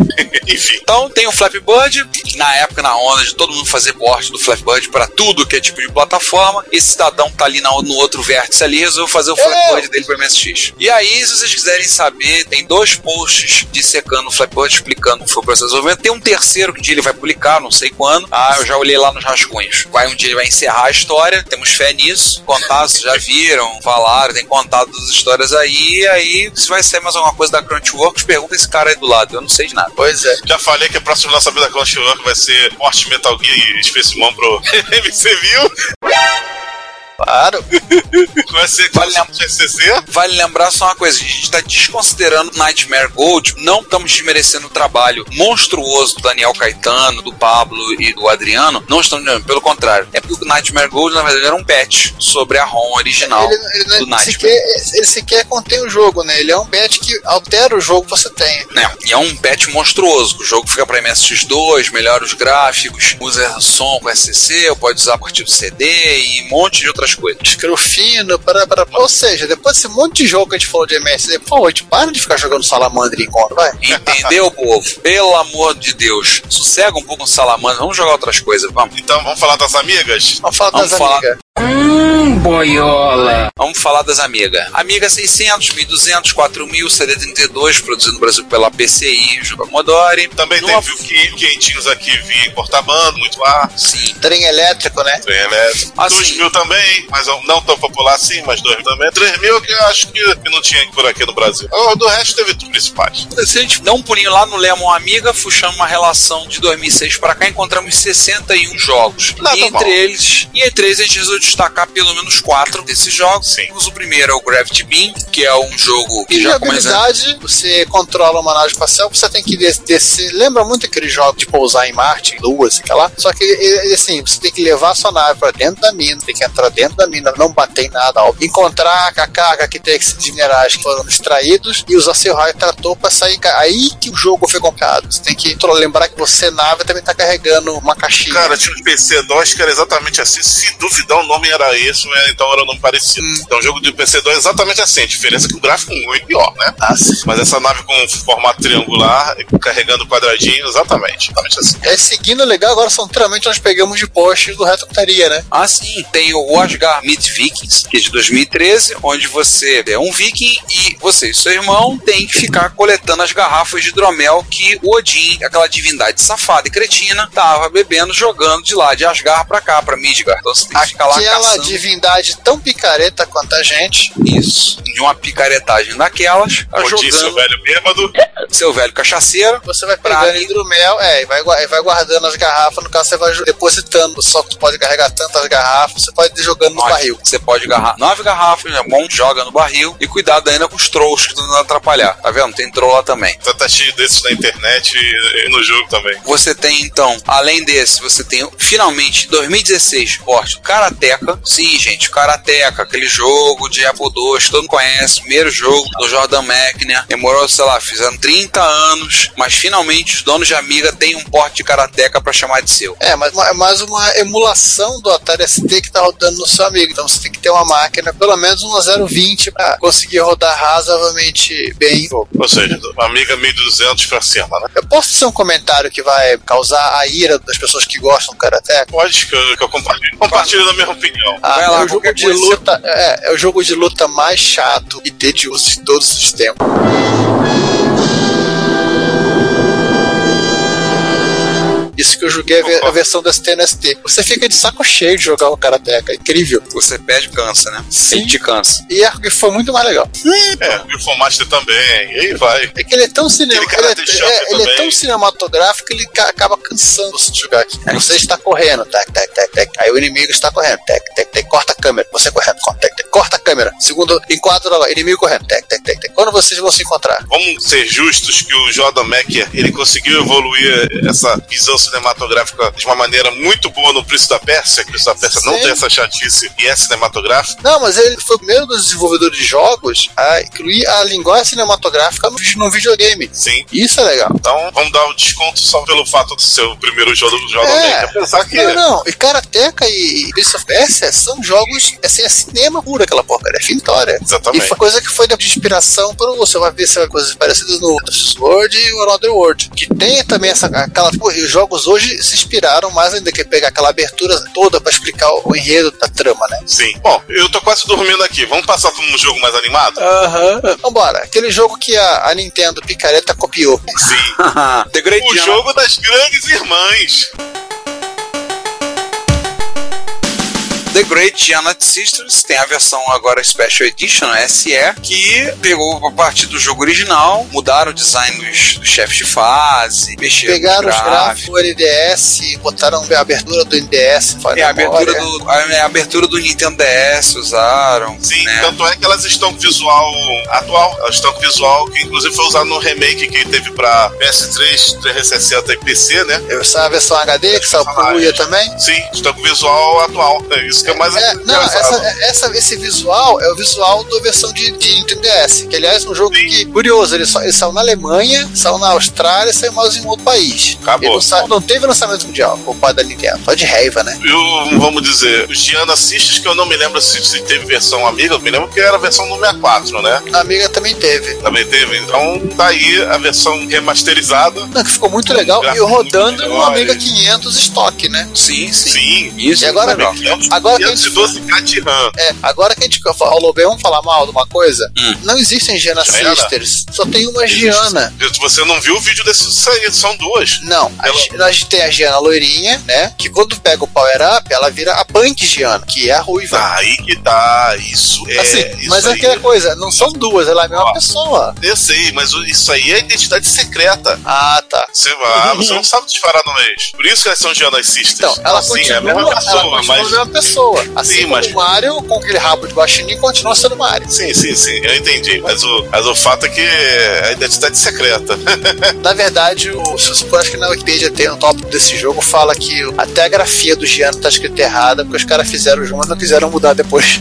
Speaker 2: Enfim.
Speaker 1: Então tem o Flappy Bird, que na época, na onda de todo mundo fazer board do Flappy Bird pra tudo que é tipo de plataforma. Esse cidadão tá ali na- no outro vértice ali, resolveu fazer o Flappy
Speaker 3: Eu!
Speaker 1: Bird dele pro MSX. E aí, se vocês quiserem saber, tem dois posts dissecando o Flappy Bird, explicando como foi o processo de desenvolvimento. Tem um terceiro que um dia ele vai publicar, não sei quando. Ah, eu já olhei lá nos rascunhos. Vai um dia ele vai encerrar a história, temos fé nisso. Contatos já viram, falaram, tem contado as histórias aí. E aí, se vai sair mais alguma coisa da Crunchyworks, pergunta esse cara aí do lado. Eu não sei de nada.
Speaker 3: Pois é.
Speaker 2: Já falei que o próximo lançamento da Crunchyroll vai ser Morte Metal Gear e Space Man pro MC Mil.
Speaker 3: Claro.
Speaker 2: Vai ser
Speaker 1: Vale a-
Speaker 2: CCC.
Speaker 1: Vale lembrar só uma coisa, a gente está desconsiderando Nightmare Gold, tipo, não estamos desmerecendo o trabalho monstruoso do Daniel Caetano, do Pablo e do Adriano, não estamos, não, pelo contrário. É porque o Nightmare Gold, na verdade, era um patch sobre a ROM original
Speaker 3: Ele, ele não é-
Speaker 1: do Nightmare.
Speaker 3: sequer, ele sequer contém o jogo, né? Ele é um bet que altera o jogo que você tem.
Speaker 1: né? E é um patch monstruoso. que O jogo fica para MSX2, melhora os gráficos, usa som com SCC, pode usar a partir do CD e um monte de outras coisas.
Speaker 3: Escreveu fino, para, para, para. Ou seja, depois desse monte de jogo que a gente falou de MSD, pô, a gente para de ficar jogando salamandra em conta, vai.
Speaker 1: Entendeu, povo? Pelo amor de Deus, sossega um pouco o Salamandra, vamos jogar outras coisas, vamos.
Speaker 2: Então vamos falar das amigas?
Speaker 3: Vamos falar
Speaker 1: Vamos
Speaker 3: das
Speaker 1: falar-
Speaker 3: amigas.
Speaker 8: Boiola.
Speaker 1: Vamos falar das amigas. Amiga 600, 1200, 4000, CD32, produzido no Brasil pela PCI, Juba Commodore.
Speaker 2: Também
Speaker 1: Numa-
Speaker 2: tem viu, quentinhos aqui via cortabando, muito ar.
Speaker 1: Sim.
Speaker 3: Trem elétrico, né?
Speaker 2: Trem elétrico.
Speaker 1: Ah, sim.
Speaker 2: 2 mil também, mas não tão popular assim, mas 2 mil também. 3 mil que eu acho que, que não tinha por aqui no Brasil. O do resto teve os principais.
Speaker 1: Se a gente dá um pulinho lá no Lemon Amiga, fuxamos uma relação de 2006 pra cá, encontramos 61 jogos.
Speaker 2: Nada
Speaker 1: e entre
Speaker 2: mal.
Speaker 1: eles, e entre eles a gente resolveu destacar pelo menos quatro desses jogos.
Speaker 2: Sim.
Speaker 1: O primeiro é o Gravity Beam, que é um jogo que
Speaker 3: E
Speaker 1: já começa
Speaker 3: habilidade, você controla uma nave espacial, você tem que des- descer. Lembra muito aquele jogo de pousar em Marte, em Lua, sei lá. Só que, e- e, assim, você tem que levar a sua nave pra dentro da mina, tem que entrar dentro da mina, não bater em nada, ó. encontrar a carga que tem esses minerais que foram extraídos e usar seu raio trator pra sair. ca- Aí que o jogo foi complicado. Você tem que tro- lembrar que você, nave, também tá carregando uma caixinha.
Speaker 2: Cara, tinha um PC2 que era exatamente assim. Se duvidar, o nome era esse, mas então era um nome parecido. Então o jogo do PC2 é exatamente assim. A diferença é que o gráfico é muito pior, né? Mas essa nave com formato triangular, carregando quadradinho, exatamente. Exatamente assim.
Speaker 3: É, seguindo legal, agora são literalmente nós pegamos de post do Reto Putaria, né?
Speaker 1: Ah, sim. Tem o Osgar Meet Vikings, que é de 2013, onde você é um viking e você e seu irmão tem que ficar coletando as garrafas de hidromel que o Odin, aquela divindade safada e cretina, tava bebendo, jogando de lá, de Asgard pra cá, pra Midgar. Então você tem que ficar lá
Speaker 3: Aquela
Speaker 1: caçando
Speaker 3: é divindade tão picareta quanto a gente.
Speaker 1: isso. De uma picaretagem daquelas, tá
Speaker 2: Como disse o
Speaker 1: jogando
Speaker 2: velho bêbado,
Speaker 1: seu velho cachaceiro.
Speaker 3: Você vai
Speaker 1: Pra
Speaker 3: pegando
Speaker 1: mim-
Speaker 3: hidromel, é, e vai, gua- e vai guardando as garrafas, no caso você vai ju- depositando, só que tu pode carregar tantas garrafas, você pode ir jogando no
Speaker 1: Nove.
Speaker 3: barril.
Speaker 1: Você pode agarrar nove garrafas, é bom, joga no barril. E cuidado ainda com os trolls que estão tentando atrapalhar. Tá vendo? Tem troll lá também.
Speaker 2: tá, tá cheio desses na internet e, e no jogo também.
Speaker 1: Você tem, então, além desse, você tem finalmente em 2016, corte, Karateka. Sim, gente, Karateka, aquele jogo de Apple II, que todo mundo conhece, primeiro jogo do Jordan Mechner. Demorou, sei lá, fizeram 30 anos, mas finalmente os donos de Amiga têm um porte de Karateka pra chamar de seu.
Speaker 3: É, mas é mais uma emulação do Atari ST que tá rodando no seu amigo. Então você tem que ter uma máquina, pelo menos uma 020, pra conseguir rodar razoavelmente bem o jogo.
Speaker 2: Ou seja, do- amiga 1200 pra cima, né?
Speaker 3: Eu posso fazer um comentário que vai causar a ira das pessoas que gostam do Karateka?
Speaker 2: Pode que eu, que eu compartilho. Compartilho no mesmo opinião.
Speaker 3: Ah,
Speaker 1: Vai lá,
Speaker 3: é, o jogo
Speaker 1: qualquer
Speaker 3: de
Speaker 1: coisa.
Speaker 3: luta, é, é o jogo de luta mais chato e tedioso de todos os tempos. Isso que eu joguei a, ver- a versão do STNST. Você fica de saco cheio de jogar o Karateka, é incrível.
Speaker 1: Você pede cansa, né?
Speaker 3: Sim.
Speaker 1: Ele te cansa.
Speaker 3: E é- e foi muito mais legal.
Speaker 2: É, o Infomaster também, e aí vai.
Speaker 3: É que ele é tão, cine... ele
Speaker 2: Aquele cara
Speaker 3: é,
Speaker 2: do Jump
Speaker 3: é, ele é
Speaker 2: também.
Speaker 3: tão cinematográfico que ele ca- acaba cansando você de jogar aqui. Você está correndo, tac, tac, tac, tac. Aí o inimigo está correndo, tac, tac, tac. Corta a câmera, você correndo, corta, tac, tac. Corta a câmera. Segundo, enquadra lá, inimigo correndo, tac, tac, tac, tac. Quando vocês vão se encontrar?
Speaker 2: Vamos ser justos que o Jordan Macker, ele conseguiu evoluir essa visão cinematográfica de uma maneira muito boa no Príncipe da Pérsia, que o Príncipe da Pérsia não
Speaker 3: Sim.
Speaker 2: tem essa chatice e é cinematográfico.
Speaker 3: Não, mas ele foi o primeiro dos desenvolvedores de jogos a incluir a linguagem cinematográfica no, no videogame.
Speaker 2: Sim.
Speaker 3: Isso é legal.
Speaker 2: Então, vamos dar o desconto só pelo fato de ser o primeiro jogo do Jordan
Speaker 3: É.
Speaker 2: Maker. Apesar que
Speaker 3: Não, não, e Karateka e Prince of Persia são jogos, assim, é cinema puro aquela porcaria, é fim de história.
Speaker 2: Exatamente.
Speaker 3: E foi coisa que foi de inspiração para você vai ver se vai coisas parecidas no Sword e o Another World. Que tem também essa aquela. Pô, e os jogos hoje se inspiraram mais ainda que pegar aquela abertura toda para explicar o, o enredo da trama, né?
Speaker 2: Sim. Bom, eu tô quase dormindo aqui. Vamos passar pra um jogo mais animado?
Speaker 3: Ah. Vambora, aquele jogo que a, a Nintendo Picareta copiou.
Speaker 2: Sim.
Speaker 1: The Great
Speaker 2: O
Speaker 1: Jump.
Speaker 2: jogo das grandes irmãs.
Speaker 1: The Great Giant Sisters tem a versão agora Special Edition, a SE, que pegou a parte do jogo original, mudaram o design dos, dos chefes de fase, mexeram
Speaker 3: Pegaram
Speaker 1: nos
Speaker 3: os gráficos NDS, botaram a abertura do NDS,
Speaker 1: É a, abertura
Speaker 3: memória.
Speaker 1: do, a, é a abertura do Nintendo DS usaram.
Speaker 2: Sim,
Speaker 1: né?
Speaker 2: tanto é que elas estão com visual atual. Elas estão com visual que inclusive foi usado no remake que teve pra PS3, 360 e PC, né?
Speaker 3: Essa versão HD que saiu pro Wii também.
Speaker 2: Sim, estão com visual atual. É isso que é mais
Speaker 3: É, não,
Speaker 2: engraçado.
Speaker 3: essa, essa- esse visual é o visual da versão de, de Nintendo DS, que aliás é um jogo
Speaker 2: Sim.
Speaker 3: que, curioso, ele, só, ele saiu na Alemanha, saiu na Austrália e saiu mais em outro país.
Speaker 2: Acabou.
Speaker 3: Ele não, sa- não teve lançamento mundial, o pai da Nintendo. Só de raiva, né?
Speaker 2: Eu, vamos dizer, os Diana Sisters, que eu não me lembro se, se teve versão amiga, eu me lembro que era a versão no 64, né?
Speaker 3: A amiga também teve.
Speaker 2: Também teve. Então, tá aí a versão remasterizada.
Speaker 3: Não, que ficou muito legal. E
Speaker 2: gráfico
Speaker 3: eu
Speaker 2: muito
Speaker 3: rodando
Speaker 2: melhor,
Speaker 3: uma Amiga
Speaker 2: e-
Speaker 3: 500 estoque, né?
Speaker 1: Sim, sim,
Speaker 2: Sim.
Speaker 1: Isso
Speaker 3: E agora,
Speaker 1: legal.
Speaker 3: Agora que a gente
Speaker 2: 512k de RAM.
Speaker 3: É, agora que a gente falou bem, vamos falar mal de uma coisa?
Speaker 2: Hum.
Speaker 3: Não existem Giana
Speaker 2: Já era.
Speaker 3: Sisters, só tem uma Giana.
Speaker 2: Se Você não viu o vídeo desse isso aí, são duas.
Speaker 3: Não, a
Speaker 2: Ela-
Speaker 3: Gi- nós tem a Giana loirinha, né? Que quando pega o Power Up, ela vira a Punk Giana, que é a ruiva.
Speaker 2: Aí que tá, isso Ah, é.
Speaker 3: assim,
Speaker 2: isso
Speaker 3: mas é
Speaker 2: aí,
Speaker 3: aquela coisa, não são duas, ela é a mesma
Speaker 2: Ó.
Speaker 3: pessoa.
Speaker 2: Eu sei, mas o- isso aí é identidade secreta.
Speaker 3: Ah, tá.
Speaker 2: Você, ah, você não sabe disparar no mês. Por isso que elas são Giana Sisters.
Speaker 3: Então, ela
Speaker 2: Sim,
Speaker 3: continua,
Speaker 2: é a mesma
Speaker 3: ela
Speaker 2: pessoa,
Speaker 3: continua
Speaker 2: mas.
Speaker 3: a mesma pessoa. Assim
Speaker 2: Sim,
Speaker 3: como
Speaker 2: mas-
Speaker 3: o Mario, com aquele rabo de baixinho, continua sendo Mario.
Speaker 2: Sim, sim, sim, eu entendi. Mas o, mas o fato é que é a identidade secreta.
Speaker 3: Na verdade, o, se você for, acho que na Wikipedia tem um tópico desse jogo, fala que o- até a grafia do Giano tá escrita errada, porque os caras fizeram junto e não quiseram mudar depois.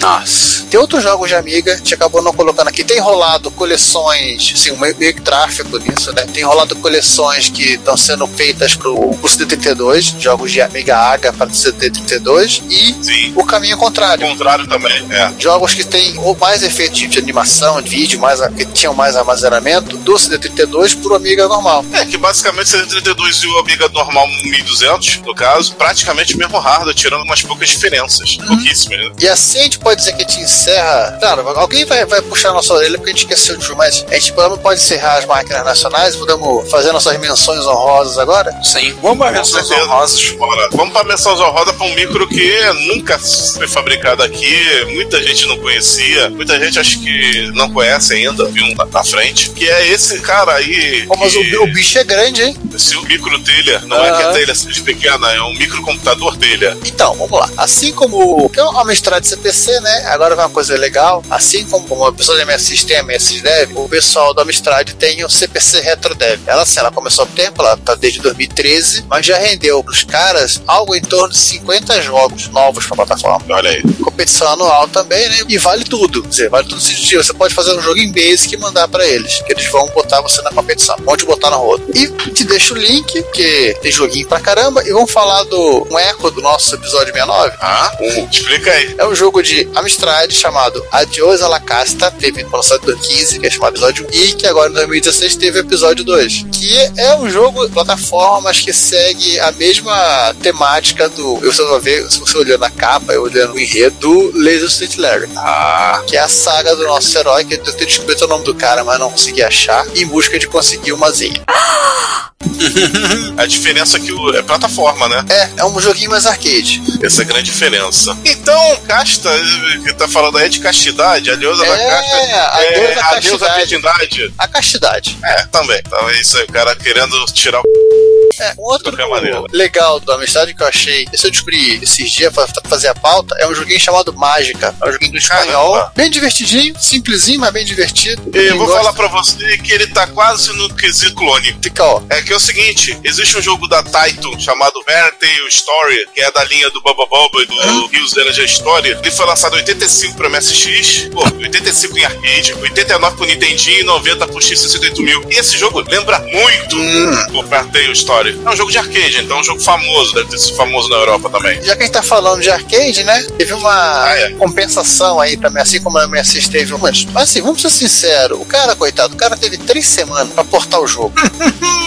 Speaker 1: Nossa.
Speaker 3: Tem outros jogos de Amiga, a gente acabou não colocando aqui. Tem rolado coleções, assim, meio, meio que tráfico nisso, né? Tem rolado coleções que estão sendo feitas pro curso de 32, jogos de Amiga Aga para o CD32, e
Speaker 2: Sim.
Speaker 3: o caminho
Speaker 2: O
Speaker 3: contrário.
Speaker 2: contrário também, é.
Speaker 3: Jogos que têm ou mais efeitos de animação, de vídeo, mais, a- que tinham mais armazenamento, do CD32 pro Amiga normal.
Speaker 2: É que basicamente 732 e o Amiga normal 1200, no caso, praticamente o mesmo hardware, tirando umas poucas diferenças.
Speaker 3: Uhum.
Speaker 2: Pouquíssimas, né?
Speaker 3: E assim a gente pode dizer que a gente encerra. Claro, alguém vai, vai puxar nossa orelha porque a gente esqueceu de jogo, mas a gente pelo menos pode encerrar as máquinas nacionais, podemos fazer nossas menções honrosas agora.
Speaker 1: Sim. Vamos para menções
Speaker 2: certeza.
Speaker 1: honrosas.
Speaker 2: Bora. Vamos para a menção roda para um micro que nunca foi fabricado aqui, muita gente não conhecia, muita gente acho que não conhece ainda, viu lá na frente, que é esse cara aí.
Speaker 3: Pô, mas o,
Speaker 2: que-
Speaker 3: o bicho é grande, hein?
Speaker 2: Se o micro telha não é que a telha seja pequena, é um microcomputador telha.
Speaker 3: Então, vamos lá. Assim como que é uma mistura de CPC, né? Agora vai uma coisa legal. Assim como uma pessoa da MSX tem a MSX Dev, o pessoal da Amstrad tem o CPC Retro Dev. Ela, assim, ela começou há tempo, ela tá desde 2013, mas já rendeu pros caras algo em torno de 50 jogos novos pra plataforma.
Speaker 2: Olha aí.
Speaker 3: competição anual também, né? E vale tudo. Quer dizer, vale tudo sentido. Você pode fazer um jogo em basic e mandar pra eles, que eles vão botar você na competição. Onde botar na roda. E te deixo o link, que tem joguinho pra caramba. E vamos falar do um eco do nosso episódio 69.
Speaker 2: Ah, um. Explica aí.
Speaker 3: É um jogo de Amstrad chamado Adios a la Casta, teve em 2015, que é chamado episódio 1, e que agora em 2016 teve o episódio 2, que é um jogo de plataformas que segue a mesma temática do. Eu só vou ver se você olhou na capa, eu olhando o enredo do Laser Street Larry. Ah. Que é a saga do nosso herói, que eu tentei descobrir o nome do cara, mas não consegui achar, em busca de conseguir uma zinha.
Speaker 2: A diferença é que o, é plataforma, né?
Speaker 3: É, é um joguinho mais arcade.
Speaker 2: Essa é a grande diferença. Então, casta, eh, que tá falando aí de castidade, a deusa da
Speaker 3: É,
Speaker 2: casta. É,
Speaker 3: a deusa da
Speaker 2: a deusa da
Speaker 3: castidade.
Speaker 2: virgindade.
Speaker 3: A castidade.
Speaker 2: É, também. Então é isso aí, o cara querendo tirar o
Speaker 3: É, um outro
Speaker 2: De qualquer maneira.
Speaker 3: legal do Amistade que eu achei, esse eu descobri esses dias pra pra fazer a pauta, é um joguinho chamado Mágica. É um joguinho do espanhol.
Speaker 2: Caramba.
Speaker 3: Bem divertidinho, simplesinho, mas bem divertido.
Speaker 2: Eu
Speaker 3: Quem
Speaker 2: vou
Speaker 3: gosta,
Speaker 2: falar pra você que ele tá quase no quesito clone.
Speaker 3: Fica, ó.
Speaker 2: É que é o seguinte, existe um jogo da Taito chamado Vertale Story, que é da linha do Bubba Bubba e do Rios Energy Story. Ele foi lançado em 85 pra MSX, pô, 85 em arcade, 89 pro Nintendinho e 90 pro X68 mil. E esse jogo lembra muito o Vertale Story. É um jogo de arcade, então é um jogo famoso, deve ter sido famoso na Europa também. É
Speaker 3: Já que a gente tá falando de arcade, né? Teve uma
Speaker 2: Ah, é.
Speaker 3: compensação aí também, assim como a MSX teve umas. Mas assim, vamos ser sinceros, o cara, coitado, o cara teve três semanas pra portar o jogo.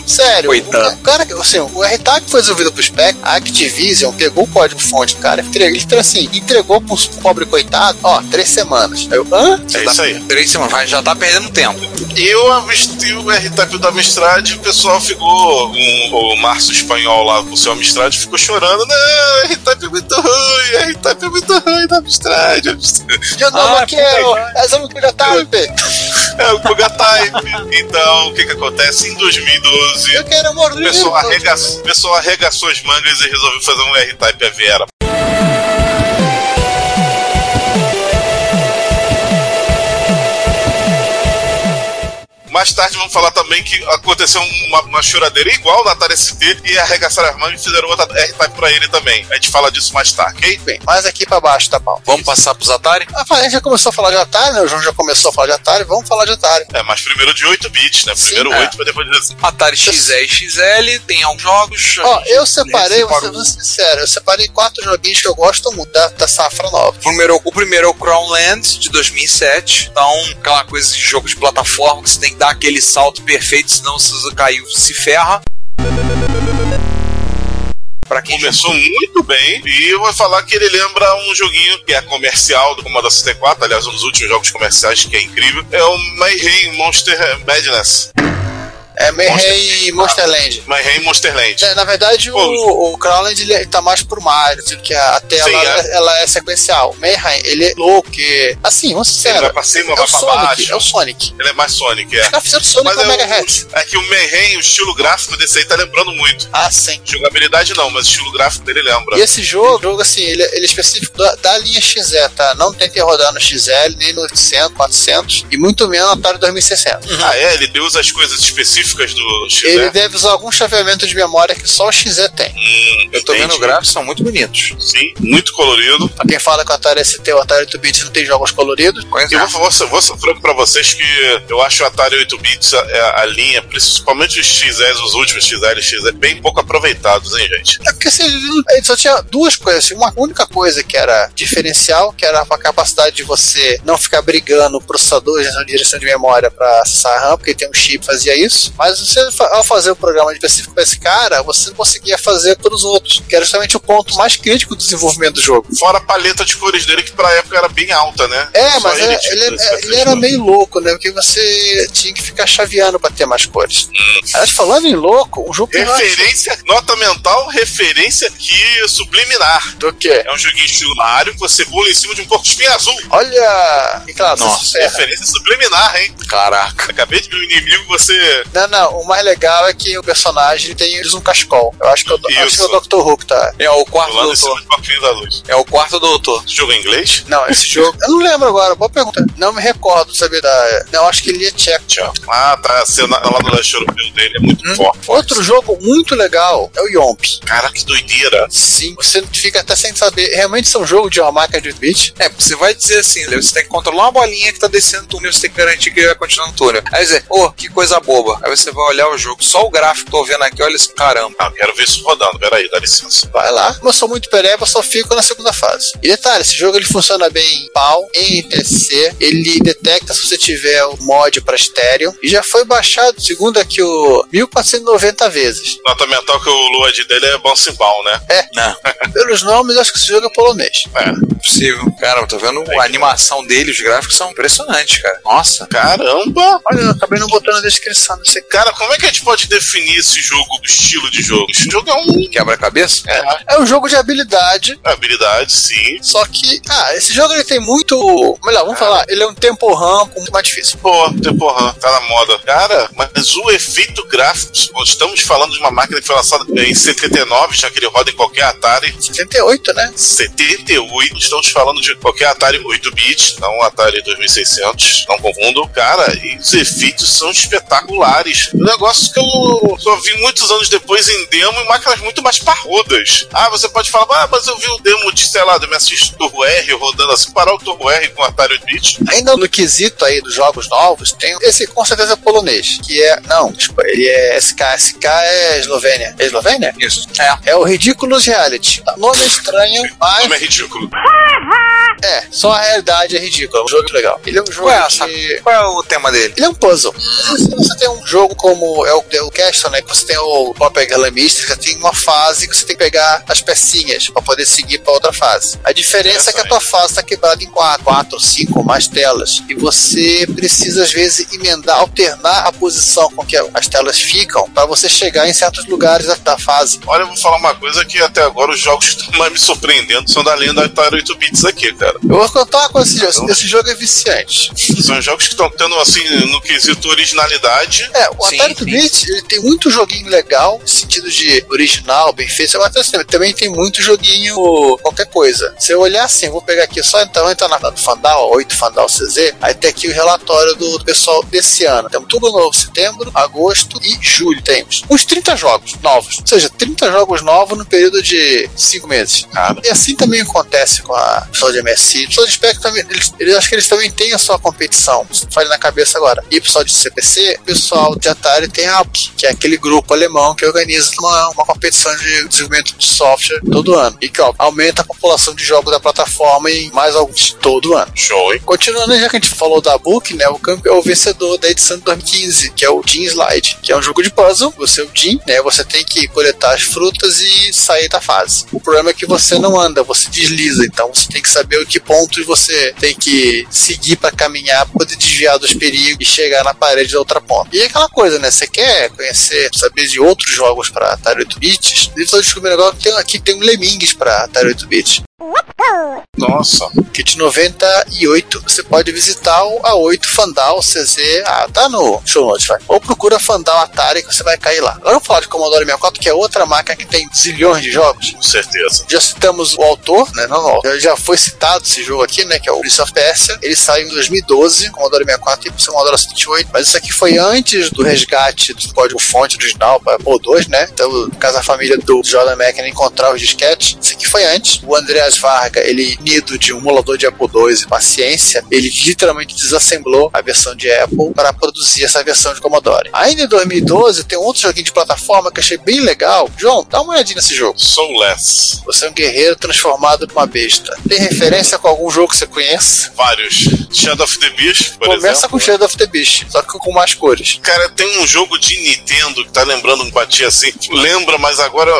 Speaker 3: Sério,
Speaker 1: Coitado.
Speaker 3: o cara, assim, o RTAC foi desenvolvido pro Spec, a Activision pegou o código-fonte, do cara, entregou, ele, assim, entregou pro pobre coitado, ó, três semanas. Aí Eu, hã?
Speaker 2: É isso aí.
Speaker 1: Três semanas, vai- já tá perdendo tempo.
Speaker 2: E o, Amist- e o R-Type do Amstrad, o pessoal ficou. um- o Márcio espanhol lá, o seu Amstrad, ficou chorando. Não, R-Type é muito ruim, R-Type é muito ruim do Amstrad. Amstrad-
Speaker 3: Eu não
Speaker 1: Ah,
Speaker 3: ah, quero, essa não queria type,
Speaker 2: É o Kuga Type. Então, o que que acontece? Em 2012,
Speaker 3: eu quero
Speaker 2: o
Speaker 3: morrer.
Speaker 2: pessoal arregaçou, o pessoal arregaçou as mangas e resolveu fazer um R-Type a Vera. Mais tarde vamos falar também que aconteceu uma, uma choradeira igual na Atari ST e arregaçaram as mangas e fizeram outra R-Type pra ele também. A gente fala disso mais tarde, ok?
Speaker 3: Bem, mas aqui pra baixo tá bom.
Speaker 1: Vamos passar pros Atari?
Speaker 3: Ah, A gente já começou a falar de Atari, né? O João já começou a falar de Atari, vamos falar de Atari.
Speaker 2: É, mas primeiro de 8 bits, né? Primeiro
Speaker 3: Sim, é.
Speaker 2: 8 pra depois 16.
Speaker 1: Atari XE e XL, tem alguns jogos.
Speaker 3: Ó, eu
Speaker 1: Esse
Speaker 3: separei, vou ser
Speaker 1: para o-
Speaker 3: sincero, eu separei quatro joguinhos que eu gosto muito da, da safra nova.
Speaker 1: O primeiro, o primeiro é o Crownland de 2007. Então, aquela coisa de jogo de plataforma que você tem que dar aquele salto perfeito, senão se você caiu, se ferra. Pra quem
Speaker 2: Começou muito bem e eu vou falar que ele lembra um joguinho que é comercial do Commodore 64, aliás, um dos últimos jogos comerciais que é incrível, é o Mayhem Monster Madness,
Speaker 3: É Mayhem e Monsterland.
Speaker 2: Mayhem Monsterland.
Speaker 3: É, Na verdade, o, o Crowland ele tá mais pro Mario, assim, que a, a tela
Speaker 2: Sim,
Speaker 3: ela,
Speaker 2: é.
Speaker 3: ela é sequencial. Mayhem, ele é louco, que- assim, vamos ser
Speaker 2: Ele
Speaker 3: sinceros,
Speaker 2: vai pra cima,
Speaker 3: é
Speaker 2: vai
Speaker 3: o
Speaker 2: pra
Speaker 3: Sonic,
Speaker 2: baixo.
Speaker 3: é o Sonic.
Speaker 2: Ele é mais Sonic,
Speaker 3: Os
Speaker 2: é.
Speaker 3: caras fizeram Sonic
Speaker 2: Mas
Speaker 3: com
Speaker 2: é,
Speaker 3: Megahertz.
Speaker 2: o, é que o Mayhem, o estilo gráfico desse aí tá lembrando muito.
Speaker 3: Ah, sim.
Speaker 2: Jogabilidade não, mas o estilo gráfico dele lembra.
Speaker 3: E esse jogo, jogo assim, ele, ele é específico da, da linha XE, tá? Não tentem rodar no XL, nem no 800, 400, e muito menos no Atari 2660.
Speaker 2: Ah, é? Ele usa as coisas específicas do XZ.
Speaker 3: Uhum. Ele deve usar algum chaveamento de memória que só o XE tem.
Speaker 2: Hum,
Speaker 1: Eu tô tá vendo
Speaker 2: entendi.
Speaker 1: gráficos, são muito bonitos.
Speaker 2: Sim, muito colorido.
Speaker 3: Pra quem fala que o Atari ST ou Atari 8-bit não tem jogos coloridos,
Speaker 1: Pois
Speaker 2: Eu
Speaker 1: é.
Speaker 2: vou, vou, ser- vou ser franco pra vocês que eu acho o Atari 8 bits a, é a- a linha, principalmente os XS, os últimos XL, XS, é bem pouco aproveitados, hein, gente?
Speaker 3: é porque assim, ele ele só tinha duas coisas. assim, Uma única coisa que era diferencial, que era a capacidade de você não ficar brigando o processador na direção de memória pra acessar a RAM, porque tem um chip que fazia isso. Mas você, fa- ao fazer o programa específico pra esse cara, você não conseguia fazer pelos outros, que era justamente o ponto mais crítico do desenvolvimento do jogo.
Speaker 2: Fora a paleta de cores dele, que pra época era bem alta, né?
Speaker 3: É,
Speaker 2: Só
Speaker 3: mas é-
Speaker 2: tinha
Speaker 3: ele,
Speaker 2: esse
Speaker 3: é- ele era
Speaker 2: efeito.
Speaker 3: meio louco, né? Porque você tinha que ficar chaveando pra ter mais cores. Aliás, falando em louco, o jogo que eu acho-
Speaker 2: Referência, nota mental, referência que subliminar.
Speaker 3: do quê?
Speaker 2: É um joguinho estilo Mario que você pula em cima de um porco espinho azul.
Speaker 3: Olha! E claro,
Speaker 1: Nossa,
Speaker 3: você é se ferra.
Speaker 2: Referência subliminar, hein?
Speaker 1: Caraca.
Speaker 2: Acabei de ver o inimigo, você.
Speaker 3: Não, não, o mais legal é que o personagem tem eles um cascol. Eu acho que, eu, acho que é o
Speaker 2: Isso.
Speaker 3: Dr. Hulk, tá?
Speaker 1: É o quarto
Speaker 2: Pulando em
Speaker 1: doutor.
Speaker 2: cima de porquinho da luz.
Speaker 1: É o quarto doutor.
Speaker 2: Esse jogo é em inglês?
Speaker 3: Não, esse jogo. Eu não lembro agora, boa pergunta. Não me recordo, sabe? Da... Não, acho que ele é tcheco.
Speaker 2: Tchau. Ah, tá. A cena lá do leste europeu dele é muito forte.
Speaker 3: Outro jogo muito legal é o Yomp.
Speaker 2: Cara, que doideira.
Speaker 3: Sim, você fica até sem saber. Realmente isso é um jogo de uma máquina de 8-bit?
Speaker 1: É, você vai dizer assim, Leo, você tem que controlar uma bolinha que tá descendo o túnel, você tem que garantir que ele vai continuar no túnel. Aí você, ô, que coisa boba. Aí você vai olhar o jogo. Só o gráfico tô vendo aqui, olha esse caramba.
Speaker 2: Ah, quero ver isso rodando. Peraí, dá licença.
Speaker 3: Vai lá. Como eu sou muito pereba, eu só fico na segunda fase. E detalhe, esse jogo ele funciona bem em PAL, em NTSC. Ele detecta se você tiver o mod pra estéreo. E já foi baixado, segundo aqui, o 1490 vezes.
Speaker 2: Nota mental que o Luad dele é Bansimbal, né?
Speaker 1: Não, não
Speaker 3: Pelos nomes, eu acho que esse jogo é polonês.
Speaker 2: É.
Speaker 1: é possível. Cara, eu tô vendo a animação dele, os gráficos são impressionantes, cara. Nossa.
Speaker 2: Caramba!
Speaker 3: Olha, eu acabei não botando a descrição, não sei.
Speaker 2: Cara, como é que a gente pode definir esse jogo, o estilo de jogo? Esse jogo é um.
Speaker 1: Quebra-cabeça?
Speaker 3: É um jogo de habilidade
Speaker 2: Habilidade, sim.
Speaker 3: Só que, ah, esse jogo ele tem muito. Melhor, vamos falar, ele é um tempo rampo muito mais difícil.
Speaker 2: Pô, porra, tá na moda. Cara, mas o efeito gráfico, nós estamos falando de uma máquina que foi lançada em 79, já que ele roda em qualquer Atari.
Speaker 3: 78, né?
Speaker 2: 78, estamos falando de qualquer Atari 8-bit, não Atari 2600, não confundam. Cara, e os efeitos são espetaculares. Um negócio que eu só vi muitos anos depois em demo e máquinas muito mais parrudas. Ah, você pode falar, ah, mas eu vi o demo de, sei lá, do MSX Turbo R rodando assim, parar o Turbo R com o Atari 8-bit.
Speaker 3: Ainda no quesito aí dos jogos novos, tem esse com certeza é polonês, que é. Não, desculpa, ele é SK. SK é Eslovênia. É Eslovênia?
Speaker 1: Isso. É.
Speaker 3: É o Ridiculous Reality. Nome estranho,
Speaker 2: O
Speaker 3: mas
Speaker 2: nome é ridículo.
Speaker 3: é. Só a realidade é ridícula. É um jogo muito legal. Ele é um jogo
Speaker 1: Qual é,
Speaker 3: de...
Speaker 1: essa- Qual é o tema dele?
Speaker 3: Ele é um puzzle. Se você tem um jogo como é o é o Castle, né? Que você tem o próprio Galamista, você tem uma fase que você tem que pegar as pecinhas pra poder seguir pra outra fase. A diferença é que a tua fase tá quebrada em quatro, quatro, cinco ou mais telas. E você precisa, às vezes, emendar, alternar a posição com que as telas ficam pra você chegar em certos lugares da, da fase.
Speaker 2: Olha, eu vou falar uma coisa que até agora os jogos que estão mais me surpreendendo são da linha da Atari 8 bits aqui, cara.
Speaker 3: Eu vou contar uma coisa, esse jogo, esse jogo é viciante.
Speaker 2: São jogos que estão tendo, assim, no quesito originalidade.
Speaker 3: É, o
Speaker 1: Sim,
Speaker 3: Atari
Speaker 1: sim.
Speaker 3: 8-bit, ele tem muito joguinho legal, no sentido de original, bem feito, mas assim, também tem muito joguinho qualquer coisa. Se eu olhar assim, vou pegar aqui só então, entrar na, no Fandal, 8 Fandal CZ, aí tem aqui o relatório do, do pessoal desse ano. Temos tudo novo, setembro, agosto e julho temos. Uns 30 jogos novos, ou seja, 30 jogos novos no período de 5 meses.
Speaker 2: Cara.
Speaker 3: E assim também acontece com a pessoa de MSI. O pessoal de Spectrum, também, eles, eles, acho que eles também têm a sua competição. Falei na cabeça agora. E o pessoal de CPC, o pessoal de Atari tem a APC, que é aquele grupo alemão que organiza uma, uma competição de desenvolvimento de software todo ano. E que ó, aumenta a população de jogos da plataforma em mais alguns todo ano.
Speaker 2: Show, hein?
Speaker 3: Continuando, já que a gente falou da Book, né? O campeão é o vencedor da edição de 2015, que é o Jean Slide, que é um jogo de puzzle. Você é o Jean, né? Você tem que coletar as frutas e sair da fase. O problema é que você não anda, você desliza, então você tem que saber o que pontos você tem que seguir pra caminhar, pra poder desviar dos perigos e chegar na parede da outra ponta. E é aquela coisa, né? Você quer conhecer, saber de outros jogos pra Atari 8 bits? Eu estou descobrindo agora que tem, aqui tem um Lemmings pra Atari 8 bits
Speaker 2: Nossa.
Speaker 3: que de 98 você pode visitar o A8 Fandal CZ, ah, tá no show notes, vai. Ou procura Fandal Atari que você vai cair lá. Agora vamos falar de Commodore 64, que é outra marca que tem zilhões de jogos.
Speaker 2: Com certeza.
Speaker 3: Já citamos o autor, né? Não, não, já- já foi citado esse jogo aqui, né? Que é o Prince of Persia. Ele saiu em 2012, Commodore 64 e Commodore 78. Mas isso aqui foi antes do resgate do código-fonte original para o 2, né? Então, no caso a família do Jordan Mackin encontrar os disquetes. Isso aqui foi antes. O Andreas Varga, ele, nido de um molador de Apple II e paciência, ele literalmente desassemblou a versão de Apple para produzir essa versão de Commodore. Ainda em 2012, tem um outro joguinho de plataforma que eu achei bem legal. João, dá uma olhadinha nesse jogo.
Speaker 2: Soulless.
Speaker 3: Você é um guerreiro transformado numa besta. Tem referência com algum jogo que você conhece?
Speaker 2: Vários. Shadow of the Beast, por
Speaker 3: Começa
Speaker 2: exemplo.
Speaker 3: com Shadow of the Beast, só que com mais cores.
Speaker 2: Cara, tem um jogo de Nintendo que tá lembrando um bati assim. Lembra, mas agora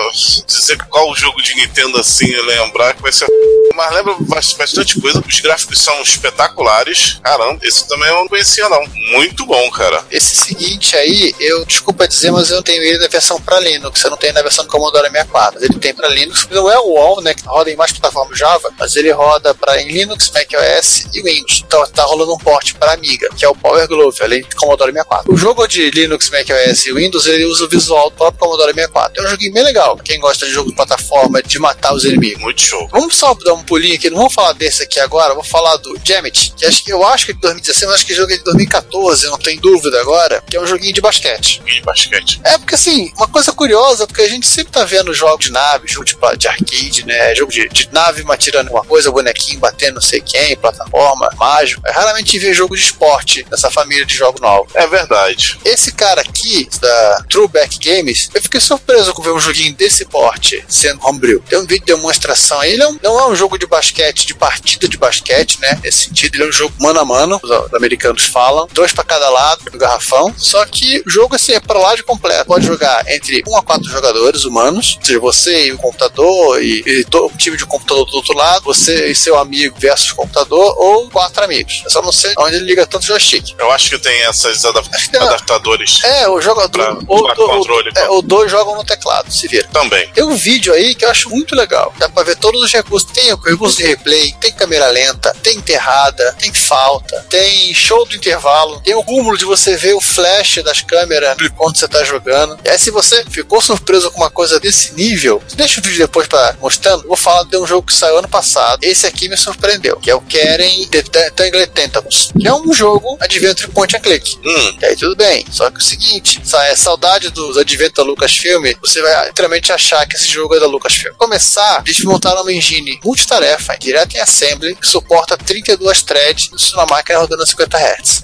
Speaker 2: dizer qual o jogo de Nintendo assim eu lembrar que vai ser. Mas lembra bas- bastante coisa. Os gráficos são espetaculares. Caramba, esse também eu não conhecia, não. Muito bom, cara.
Speaker 3: Esse seguinte aí, eu desculpa dizer, mas eu não tenho ele na versão pra Linux. Eu não tenho na versão do Commodore 64. mas Ele tem pra Linux, não é o UOL, né? Que roda em mais plataformas Java, mas ele roda pra em Linux, macOS e Windows. Então tá rolando um port pra Amiga, que é o Power Glove, além do Commodore 64. O jogo de Linux, macOS e Windows, ele usa o visual do próprio Commodore 64. É um joguinho bem legal. pra Quem gosta de jogo de plataforma, de matar os inimigos.
Speaker 2: Muito show.
Speaker 3: Vamos só dar dar um pulinho aqui. Não vou falar desse aqui agora, vou falar do Jamet, que acho que eu acho que é de 2016, mas acho que o jogo é de 2014, eu não tenho dúvida agora, que é um joguinho de basquete.
Speaker 2: de basquete.
Speaker 3: É porque assim, uma coisa curiosa, porque a gente sempre tá vendo jogos de nave, jogo de, pla- de arcade, né? Jogo de, de nave atirando uma coisa, bonequinho batendo não sei quem, plataforma, mágico. Eu raramente vê jogo de esporte nessa família de jogo nova.
Speaker 2: É verdade.
Speaker 3: Esse cara aqui, da Trueback Games, eu fiquei surpreso com ver um joguinho desse porte sendo homebrew. Tem um vídeo de demonstração aí, ele é um- não é um jogo de basquete, de partida de basquete, né? Nesse sentido, ele é um jogo mano a mano, os os americanos falam, dois pra cada lado do garrafão. Só que o jogo assim é pra lá de completo. Pode jogar entre um a quatro jogadores humanos, ou seja, você e o computador, e, e to- o time de computador do outro lado, você e seu amigo versus computador, ou quatro amigos. Eu só não sei onde ele liga tanto joystick.
Speaker 2: Eu acho que tem essas adap-
Speaker 3: Acho que tem-
Speaker 2: adaptadores
Speaker 3: É, o jogador.
Speaker 2: Pra-
Speaker 3: ou,
Speaker 2: pra
Speaker 3: do- ou-
Speaker 2: controle,
Speaker 3: é,
Speaker 2: pra-
Speaker 3: ou dois jogam no teclado, se vira.
Speaker 2: também.
Speaker 3: Tem um vídeo aí que eu acho muito legal. Dá pra ver todos os recursos. Tem o recurso de replay, tem câmera lenta, tem enterrada, tem falta, tem show do intervalo, tem o cúmulo de você ver o flash das câmeras quando você tá jogando. E aí, se você ficou surpreso com uma coisa desse nível, deixa o vídeo depois pra mostrando. Eu Vou falar de um jogo que saiu ano passado. Esse aqui me surpreendeu, que é o Keren The Tan- Tangled Tentacles. Que é um jogo adventure point and click.
Speaker 2: Hum,
Speaker 3: E aí tudo bem. Só que é o seguinte, sa- é saudade dos adventos da Lucasfilm, você vai literalmente achar que esse jogo é da Lucasfilm. Pra Começar, eles montaram uma engine multitarefa, direto em assembly, que suporta 32 threads isso na máquina rodando a 50 Hz.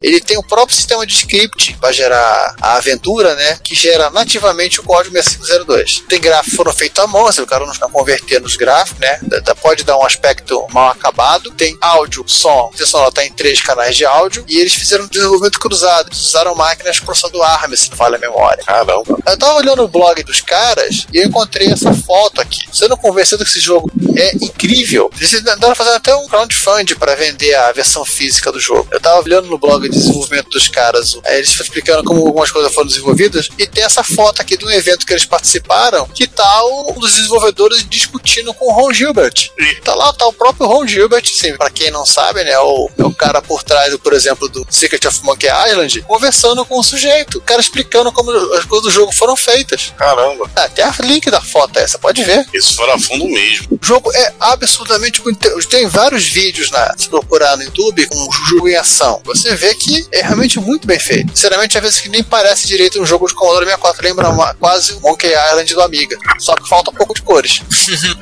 Speaker 3: Ele tem o próprio sistema de script para gerar a aventura, né? Que gera nativamente o código 6502. Tem gráficos que foram feitos à mão, se o cara não está convertendo os gráficos, né? dá- dá- Pode dar um aspecto mal acabado. Tem áudio, som, a sonora está em três canais de áudio. E eles fizeram um desenvolvimento cruzado. Eles usaram máquinas processando ARM, se não falha a memória.
Speaker 2: caramba.
Speaker 3: Eu tava olhando o blog dos caras e eu encontrei essa foto aqui. Sendo convencido que esse jogo é incrível, eles andaram fazendo até um crowdfunding para vender a versão física do jogo. Eu tava olhando no blog de desenvolvimento dos caras, aí eles explicando como algumas coisas foram desenvolvidas, e tem essa foto aqui de um evento que eles participaram, que tá um dos desenvolvedores discutindo com o Ron Gilbert. Tá lá, tá o próprio Ron Gilbert, sim, pra quem não sabe, né? O, é o cara por trás, do, por exemplo, do Secret of Monkey Island, conversando com o sujeito, o cara explicando como as coisas do jogo foram feitas.
Speaker 2: Caramba.
Speaker 3: Ah, Até a link da foto é essa, pode ver.
Speaker 2: Isso foi a fundo mesmo.
Speaker 3: O jogo é absurdamente bonito. Tem vários vídeos na, se procurar no YouTube com o jogo em ação. Você vê que é realmente muito bem feito. Sinceramente, às vezes que nem parece direito um jogo de Commodore 64. Lembra uma- quase o Monkey Island do Amiga. Só que falta um pouco de cores.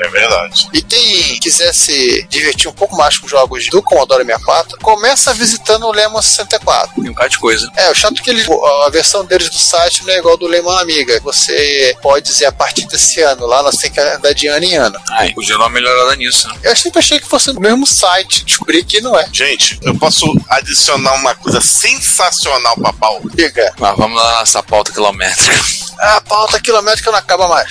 Speaker 2: É verdade.
Speaker 3: E quem quiser se divertir um pouco mais com jogos do Commodore 64, começa visitando o Lemon 64.
Speaker 1: Tem um bocado de coisa.
Speaker 3: É, o chato é que eles, a versão deles do site não é igual do Lemon Amiga. Você pode dizer a partir desse ano. Lá nós temos que andar de ano em ano.
Speaker 1: Ai, podia dar uma melhorada nisso, né?
Speaker 3: Eu sempre achei que fosse o mesmo site. Descobri que não é.
Speaker 2: Gente, eu posso adicionar uma coisa sensacional pra pauta?
Speaker 3: Diga.
Speaker 1: Mas vamos lá nessa pauta quilométrica.
Speaker 3: A pauta quilométrica não acaba mais.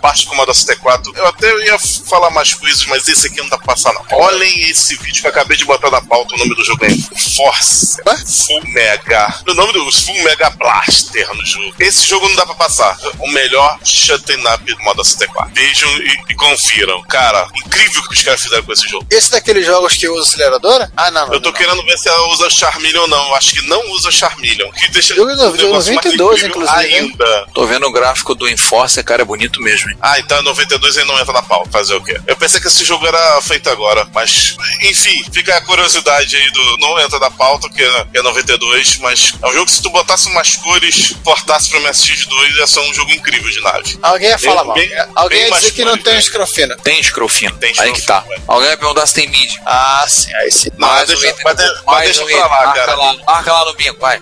Speaker 2: Parte com o Commodore 64. Eu até ia falar mais coisas, mas esse aqui não dá pra passar, não. Olhem esse vídeo que eu acabei de botar na pauta. O nome do jogo é Force
Speaker 3: Hã?
Speaker 2: Full Mega. O nome do Full Mega Blaster no jogo. Esse jogo não dá pra passar. O melhor shutting up do Commodore 64. Vejam e, e confiram. Cara, incrível o que os caras fizeram com esse jogo.
Speaker 3: Esse daqueles jogos que usa aceleradora? Ah, não. não
Speaker 2: Eu tô
Speaker 3: não.
Speaker 2: querendo ver se ela usa Charmeleon ou não. Eu acho que não usa Charmeleon. O Que deixa
Speaker 3: Jogo no-
Speaker 2: o negócio mais
Speaker 3: 92,
Speaker 2: incrível
Speaker 3: inclusive, né?
Speaker 2: Ainda.
Speaker 1: Tô vendo o gráfico do Enforcer, cara, é bonito mesmo, hein?
Speaker 2: Ah, então é 92 ele não entra na pau. Fazer o quê? Eu pensei que esse jogo era feito agora, mas enfim, fica a curiosidade aí do não entra na pauta, que é que é 92, mas é um jogo que se tu botasse umas cores, portasse pro MSX2, ia ser um jogo incrível de nave.
Speaker 3: Alguém ia falar mal.
Speaker 2: Bem-
Speaker 3: Alguém
Speaker 2: bem
Speaker 3: ia dizer
Speaker 2: mais
Speaker 3: que não
Speaker 2: forte,
Speaker 3: tem
Speaker 2: né?
Speaker 3: escrofina.
Speaker 1: Tem escrofino.
Speaker 2: Tem
Speaker 1: Aí
Speaker 2: escrofino,
Speaker 1: que tá.
Speaker 2: ué.
Speaker 1: Alguém vai perguntar se tem mid. um
Speaker 3: Ah, sim. Aí sim.
Speaker 2: Não, mas deixa, mas de- mas deixa pra lá,
Speaker 1: marca
Speaker 2: cara.
Speaker 1: Lá, marca lá no bingo, vai.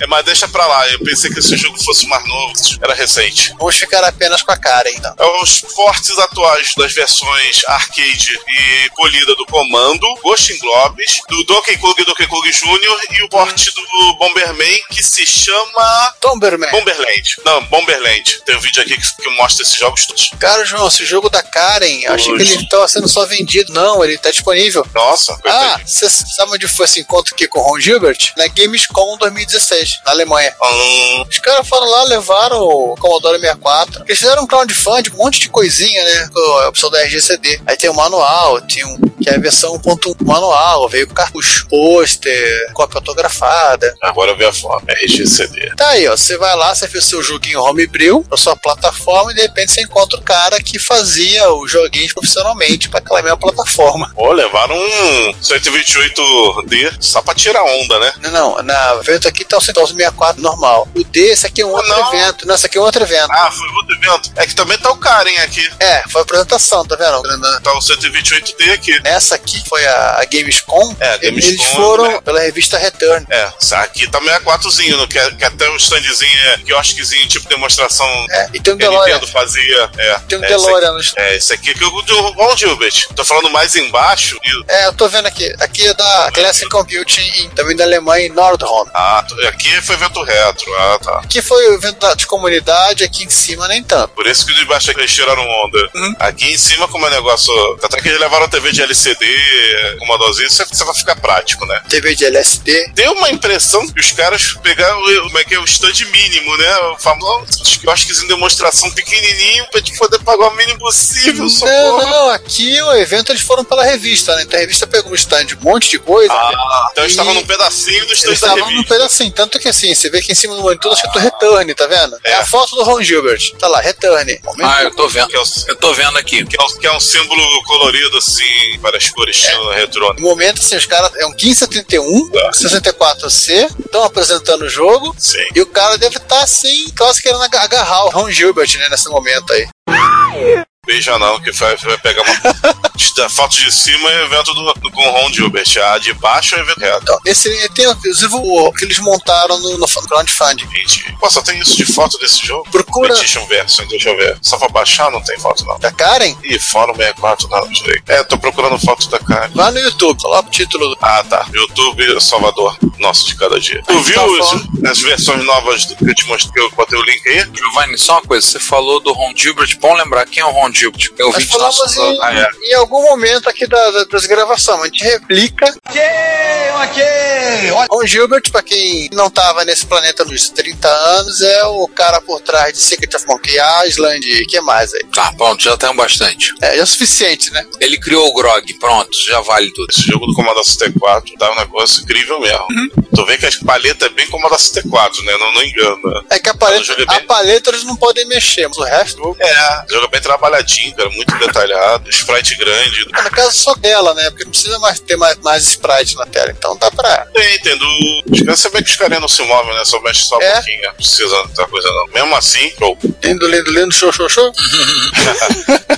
Speaker 2: É, mas deixa pra lá. Eu pensei que esse jogo fosse mais novo, era recente.
Speaker 3: Vamos ficar apenas com a cara, então.
Speaker 2: É Os fortes atuais das versões arcade e polida do Comando, Ghost in Globes, do Donkey Kong e Donkey Kong Jr. e o porte do Bomberman que se chama.
Speaker 3: Bomberman.
Speaker 2: Bomberland. Não, Bomberland. Tem um vídeo aqui que, que mostra esses jogos todos.
Speaker 3: Cara, João, esse jogo da Karen, eu achei que
Speaker 2: Hoje.
Speaker 3: ele estava sendo só vendido. Não, ele tá disponível.
Speaker 2: Nossa,
Speaker 3: Ah,
Speaker 2: coitadinho.
Speaker 3: você sabe onde foi esse encontro aqui com o Ron Gilbert? Na Gamescom 2016, na Alemanha.
Speaker 2: Hum,
Speaker 3: Os caras foram lá, levaram no Commodore 64. Eles fizeram um crowdfunding, um monte de coisinha, né? com A opção da RGCD. Aí tem o manual, tem um, que é a versão 1.1 manual, veio com cartucho, pôster, cópia autografada.
Speaker 2: Agora eu vi a foto. RGCD.
Speaker 3: Tá aí, ó. Você vai lá, você fez seu joguinho homebrew na sua plataforma e de repente você encontra o cara que fazia os joguinhos profissionalmente pra aquela mesma plataforma.
Speaker 2: Pô, levaram um 128D só pra tirar onda, né?
Speaker 3: Não, não, na evento aqui tá o 164 normal. O D, esse aqui é um outro
Speaker 2: não.
Speaker 3: evento. Não, esse aqui é um outro evento.
Speaker 2: Ah, foi outro evento. É que também tá o Karen aqui.
Speaker 3: É, foi a apresentação, tá vendo?
Speaker 2: Tá o 128D aqui.
Speaker 3: Nessa aqui foi a, a Gamescom.
Speaker 2: É, Gamescom,
Speaker 3: Eles foram
Speaker 2: né?
Speaker 3: pela revista Return.
Speaker 2: É, essa aqui tá 64zinho, não? que, é- que até o standzinho é quiosquezinho, tipo demonstração
Speaker 3: É, e tem um
Speaker 2: que a
Speaker 3: DeLorean.
Speaker 2: Nintendo fazia. É,
Speaker 3: Tem um
Speaker 2: é,
Speaker 3: DeLorean. nos-
Speaker 2: Esse aqui, é, esse aqui que eu do Ron Gilbert. Tô falando mais embaixo. E,
Speaker 3: É, eu tô vendo aqui. Aqui é da Classic Computing, em- também da Alemanha, em Nordhorn.
Speaker 2: ah, t- aqui foi evento retro. Ah, tá.
Speaker 3: Aqui foi o evento da- de comunidade, aqui em cima nem tanto.
Speaker 2: Por isso que de baixo eles tiraram onda.
Speaker 3: Uhum.
Speaker 2: Aqui em cima, como é negócio. Até que eles levaram a TV de LCD, comandorzinho, isso é- isso vai ficar prático, né?
Speaker 3: TV de LSD.
Speaker 2: Deu uma impressão que os caras pegaram o- como é que é, o stand mínimo, né? O famoso quiosquezinho de demonstração pequenininho pra gente poder pagar o mínimo possível,
Speaker 3: Não,
Speaker 2: socorro.
Speaker 3: não, aqui o evento eles foram pela revista, né? Então a revista pegou um stand de um monte de coisa.
Speaker 2: Ah, então eles
Speaker 3: E-
Speaker 2: estavam num pedacinho do stand
Speaker 3: Eles
Speaker 2: da
Speaker 3: estavam num
Speaker 2: revista.
Speaker 3: pedacinho, tanto que assim, você vê que em cima do monitor tá escrito return, tá vendo? É.
Speaker 2: É.
Speaker 3: a foto do Ron Gilbert. Tá lá, return.
Speaker 1: Ah, eu tô vendo.
Speaker 2: Que é, o-
Speaker 1: Eu tô vendo aqui.
Speaker 2: que é o- que é um símbolo colorido, assim, várias
Speaker 3: É.
Speaker 2: cores, estilo retrô. né?
Speaker 3: No momento, assim, os caras é um 1571,
Speaker 2: Tá.
Speaker 3: 64C, estão apresentando o jogo.
Speaker 2: Sim.
Speaker 3: E o cara deve estar assim, quase querendo aga- agarrar o Ron Gilbert, né, nesse momento aí.
Speaker 2: Beija não, que vai, vai pegar uma. da foto de cima é evento do, do com Ron Gilbert. A de baixo é evento reto.
Speaker 3: Então, esse tem inclusive o que eles montaram no, no crowdfunding.
Speaker 2: Gente, pô, só tem isso de foto desse jogo?
Speaker 3: Procura
Speaker 2: Petition version, deixa eu ver. Só pra baixar não tem foto não.
Speaker 3: da Karen,
Speaker 2: Ih, Fórum 64 não, direito. É, tô procurando foto da cara.
Speaker 3: vá no YouTube, coloca o título do.
Speaker 2: Ah, tá. YouTube Salvador, nosso de cada dia. Tu viu
Speaker 3: Tá
Speaker 2: os-
Speaker 3: fora.
Speaker 2: as versões novas do- que eu te mostrei, que eu botei o link aí?
Speaker 1: Giovanni, só uma coisa, você falou do Ron Gilbert, bom lembrar quem é o Ron Gilbert. Eu
Speaker 3: Nós
Speaker 1: vi de nosso.
Speaker 3: falamos
Speaker 2: assim.
Speaker 3: em,
Speaker 1: Ah, é.
Speaker 3: em algum momento aqui da, da, das gravações, a gente replica.
Speaker 6: Ok, ok.
Speaker 3: Ron Gilbert, pra quem não tava nesse planeta nos 30 anos, é o cara por trás de Secret of Monkey Island e que mais aí.
Speaker 1: Tá, pronto, já tem bastante.
Speaker 3: É, é o suficiente, né?
Speaker 1: Ele criou o Grog, pronto, já vale tudo.
Speaker 2: Esse jogo do Commodore 64 dá um negócio incrível mesmo.
Speaker 3: Uhum.
Speaker 2: Tu vê que as paletas é bem Commodore 64, né? Não, não engana.
Speaker 3: É que a paleta,
Speaker 2: jogo é bem-
Speaker 3: a paleta eles não podem mexer, mas o resto.
Speaker 2: É, o jogo é bem trabalhadinho, cara, muito detalhado, sprite grande.
Speaker 3: No caso, só dela, né? Porque não precisa mais ter mais, mais sprite na tela. Então dá pra.
Speaker 2: Tem, tem do. Os caras sabem que os caras não se movem, né? Só mexe só um
Speaker 3: É.
Speaker 2: pouquinho, não precisa muita coisa não. Mesmo assim, pô,
Speaker 3: Lindo, lindo, lindo, show, show, show.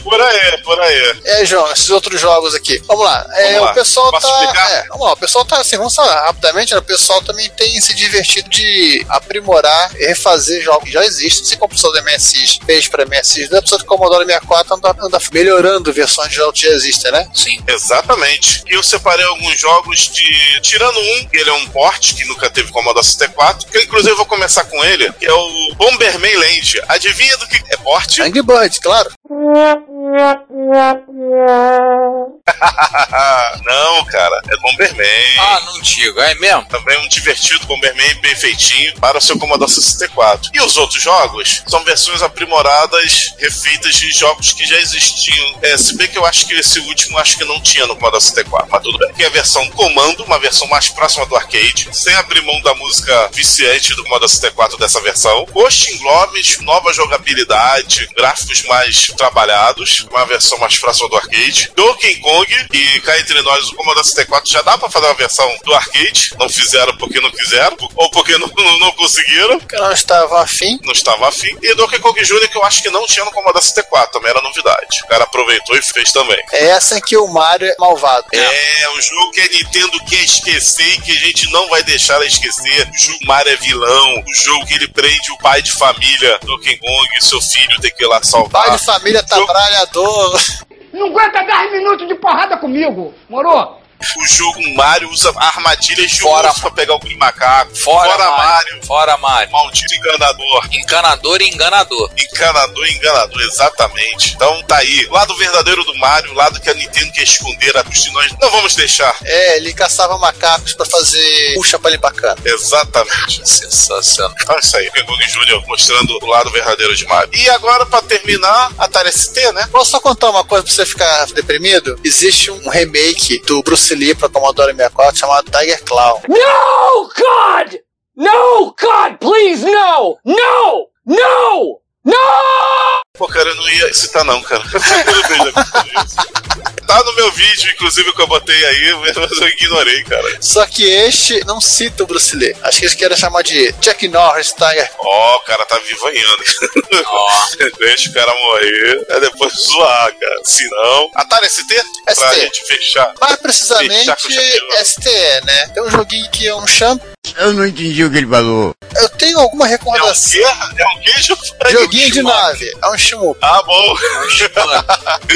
Speaker 2: por aí, por aí.
Speaker 3: É, João, esses outros jogos aqui. Vamos lá. É,
Speaker 2: Vamos lá.
Speaker 3: O pessoal
Speaker 2: Posso
Speaker 3: tá.
Speaker 2: explicar?
Speaker 3: é, vamos lá, o pessoal tá assim, vamos falar rapidamente, né? O pessoal também tem se divertido de aprimorar e refazer jogos que já existem. Assim como o pessoal da MSX fez pra MSX, né? o pessoal do Commodore 64 anda, anda melhorando versões de jogos que já existem, né?
Speaker 1: Sim.
Speaker 2: Exatamente. E eu separei alguns jogos de. Tirando um, que ele é um port que nunca teve Commodore 64, que eu, inclusive eu vou começar com ele, que é o Bomberman Land. Adivinha do que é port?
Speaker 3: Angry Birds, claro.
Speaker 2: não, cara, é Bomberman.
Speaker 1: Ah, não digo, é mesmo?
Speaker 2: Também um divertido Bomberman bem feitinho para o seu Commodore 64. E os outros jogos são versões aprimoradas, refeitas de jogos que já existiam. É, se bem que eu acho que esse último acho que não tinha no Commodore 64, mas tudo bem. Que é a versão Comando, uma versão mais próxima do arcade, sem abrir mão da música viciante do Commodore 64 dessa versão. Ghost in Globes, nova jogabilidade, gráficos mais trabalhados, uma versão mais próxima do arcade. Donkey Kong, e cá entre nós, o Commodore 64 já dá pra fazer uma versão do arcade, não fizeram porque não quiseram, ou porque não, não- não conseguiram,
Speaker 3: Que não estava afim.
Speaker 2: não estava afim. E Donkey Kong Jr., que eu acho que não tinha no Commodore 64, também era novidade. O cara aproveitou e fez também.
Speaker 3: É essa em que o Mario é malvado.
Speaker 2: É, um jogo que a Nintendo quer esquecer e que a gente não vai deixar ela esquecer. O jogo Mario é vilão, o jogo que ele prende o pai de família, Donkey Kong, e seu filho tem que ir lá salvar.
Speaker 3: Pai de família
Speaker 2: Jogo-
Speaker 3: trabalhador.
Speaker 6: Não aguenta 10 minutos de porrada comigo, moro?
Speaker 2: O jogo Mario usa armadilhas de
Speaker 1: Fora-
Speaker 2: urso pra pegar alguém macaco.
Speaker 1: Fora, Mario.
Speaker 2: Mario.
Speaker 1: Fora Mario.
Speaker 2: Maldito enganador.
Speaker 1: Encanador e enganador.
Speaker 2: Encanador, enganador, exatamente. Então tá aí. Lado verdadeiro do Mario, lado que a Nintendo quer esconder a custo de nós. Não vamos deixar.
Speaker 3: É, ele caçava macacos pra fazer puxa pra limpar cana.
Speaker 2: Exatamente.
Speaker 1: Sensacional.
Speaker 2: Então é isso aí. Pegou Júnior mostrando o lado verdadeiro de Mario. E agora, pra terminar, a Atari ST, né?
Speaker 3: Posso só contar uma coisa pra você ficar deprimido? Existe um remake do Bruce Lee pra Commodore 64 chamado Tiger Clown.
Speaker 6: No, God! No, God, please, no! No! No!
Speaker 2: Pô, cara, eu não ia citar não, cara. Primeiro beijo aqui. Tá no meu vídeo, inclusive, que eu botei aí, mas eu ignorei, cara.
Speaker 3: Só que este não cita o Bruce Lee. Acho que eles querem chamar de Jack Norris Tiger.
Speaker 2: Ó, o cara tá vivanhando.
Speaker 1: Ó,
Speaker 2: Deixa o cara morrer, aí depois zoar, cara. Se não. Atari ST? Pra
Speaker 3: ST.
Speaker 2: gente fechar.
Speaker 3: Mais
Speaker 2: Fechar
Speaker 3: precisamente
Speaker 2: com o chapéu.
Speaker 3: STE, né? Tem um joguinho que é um champ.
Speaker 5: Eu não entendi o que ele falou.
Speaker 3: Eu tenho alguma
Speaker 2: É um
Speaker 3: recordação.
Speaker 2: guerra? É um queijo?
Speaker 3: Joguinho de nave. É um shmup.
Speaker 2: Ah, bom.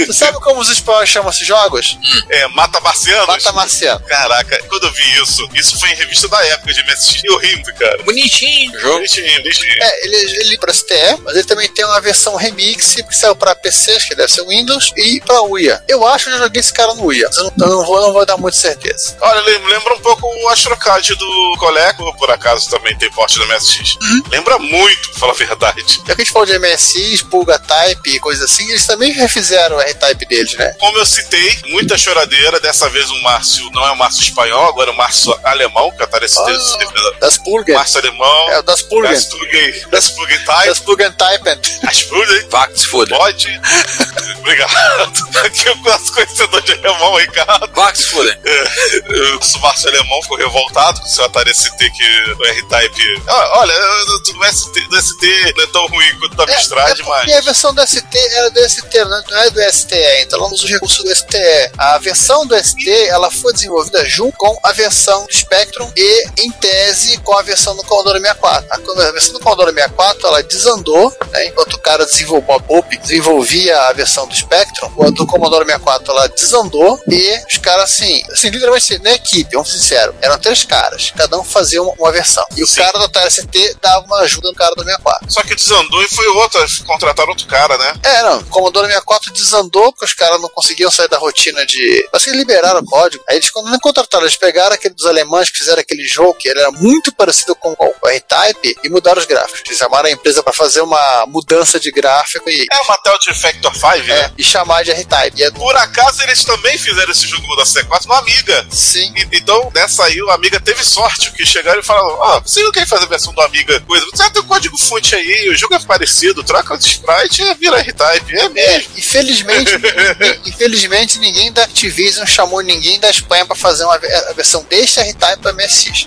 Speaker 3: Você sabe como os espanhóis chamam esses jogos?
Speaker 2: É, mata marcianos?
Speaker 3: Mata Marciano.
Speaker 2: Caraca, quando eu vi isso, isso foi em revista da época de MSX, eu rindo, cara.
Speaker 1: bonitinho. Jogo.
Speaker 2: Deixa eu rir, deixa eu rir.
Speaker 3: É, ele, ele pra STE, mas ele também tem uma versão remix que saiu pra PC, acho que deve ser Windows, e pra UIA. Eu acho que eu joguei esse cara no UIA. mas Eu não, eu não vou, não vou dar muita certeza.
Speaker 2: Olha, lem- lembra um pouco o Astrocad do Coleco, por acaso também tem porte do MSX.
Speaker 3: Uhum.
Speaker 2: Lembra muito, pra falar a verdade.
Speaker 3: Já que a gente falou de MSX, Pulga Type e coisas assim, eles também refizeram o R-Type deles, né?
Speaker 2: Como eu citei, muita choradeira, dessa vez o Márcio não é o Márcio espanhol, agora é o Márcio alemão, que aparece
Speaker 3: Ah.
Speaker 2: desde o
Speaker 3: Das Pulgas.
Speaker 2: Márcio alemão.
Speaker 3: É, das Pulgas.
Speaker 2: Das Plugin, das Plugin Type,
Speaker 3: Das Pulgan Type.
Speaker 2: as Plugin
Speaker 1: Vá que se foda.
Speaker 2: Pode. Obrigado. Aqui eu conheço conhecedor de alemão, Ricardo.
Speaker 1: Vá que se foda.
Speaker 2: É, Eu- O Márcio Alemão ficou revoltado com o seu Atari ST que o R-Type. Ah, Olha, eu- do ST, do ST não é tão ruim quanto da Amstrad,
Speaker 3: é
Speaker 2: mas.
Speaker 3: porque a versão do ST era do ST, né? não é do STE, então ela usa os recursos do STE. A versão do ST ela foi desenvolvida junto com a versão do Spectrum e, em tese, com a versão do Commodore 64. A co- A versão do Commodore 64 ela desandou, né? enquanto o cara desenvolveu, Bob Hope desenvolvia a versão do Spectrum, o do Commodore 64 ela desandou e os caras, assim, assim literalmente assim, na equipe, vamos ser sinceros, eram três caras, cada um fazia uma, uma versão. E o
Speaker 2: Sim.
Speaker 3: cara da Atari ST dava uma ajuda no cara do 64.
Speaker 2: Só que desandou e foi outra, contrataram outro cara, né?
Speaker 3: É, não. O Commodore 64 desandou porque os caras não conseguiam sair da rotina de. Mas eles liberaram o código. Aí eles quando não contrataram, eles pegaram aquele dos alemães que fizeram aquele jogo que ele era muito parecido com o R-Type e mudaram os gráficos. Eles chamaram a empresa pra fazer uma mudança de gráfico e,
Speaker 2: É uma tal de Factor 5, né?
Speaker 3: é, e chamar de R-Type. E é
Speaker 2: Por acaso eles também fizeram esse jogo da C4 no Amiga.
Speaker 3: sim.
Speaker 2: E- Então, nessa aí, o Amiga teve sorte, porque chegaram e falaram: Ó, você não quer fazer a versão do Amiga coisa? Você tem o código fonte aí, o jogo é parecido, troca de sprite e vira R-Type. É
Speaker 3: É,
Speaker 2: mesmo.
Speaker 3: infelizmente, ninguém- infelizmente ninguém da Activision chamou ninguém da Espanha pra fazer uma, ve- a versão deste R-Type pra MSX.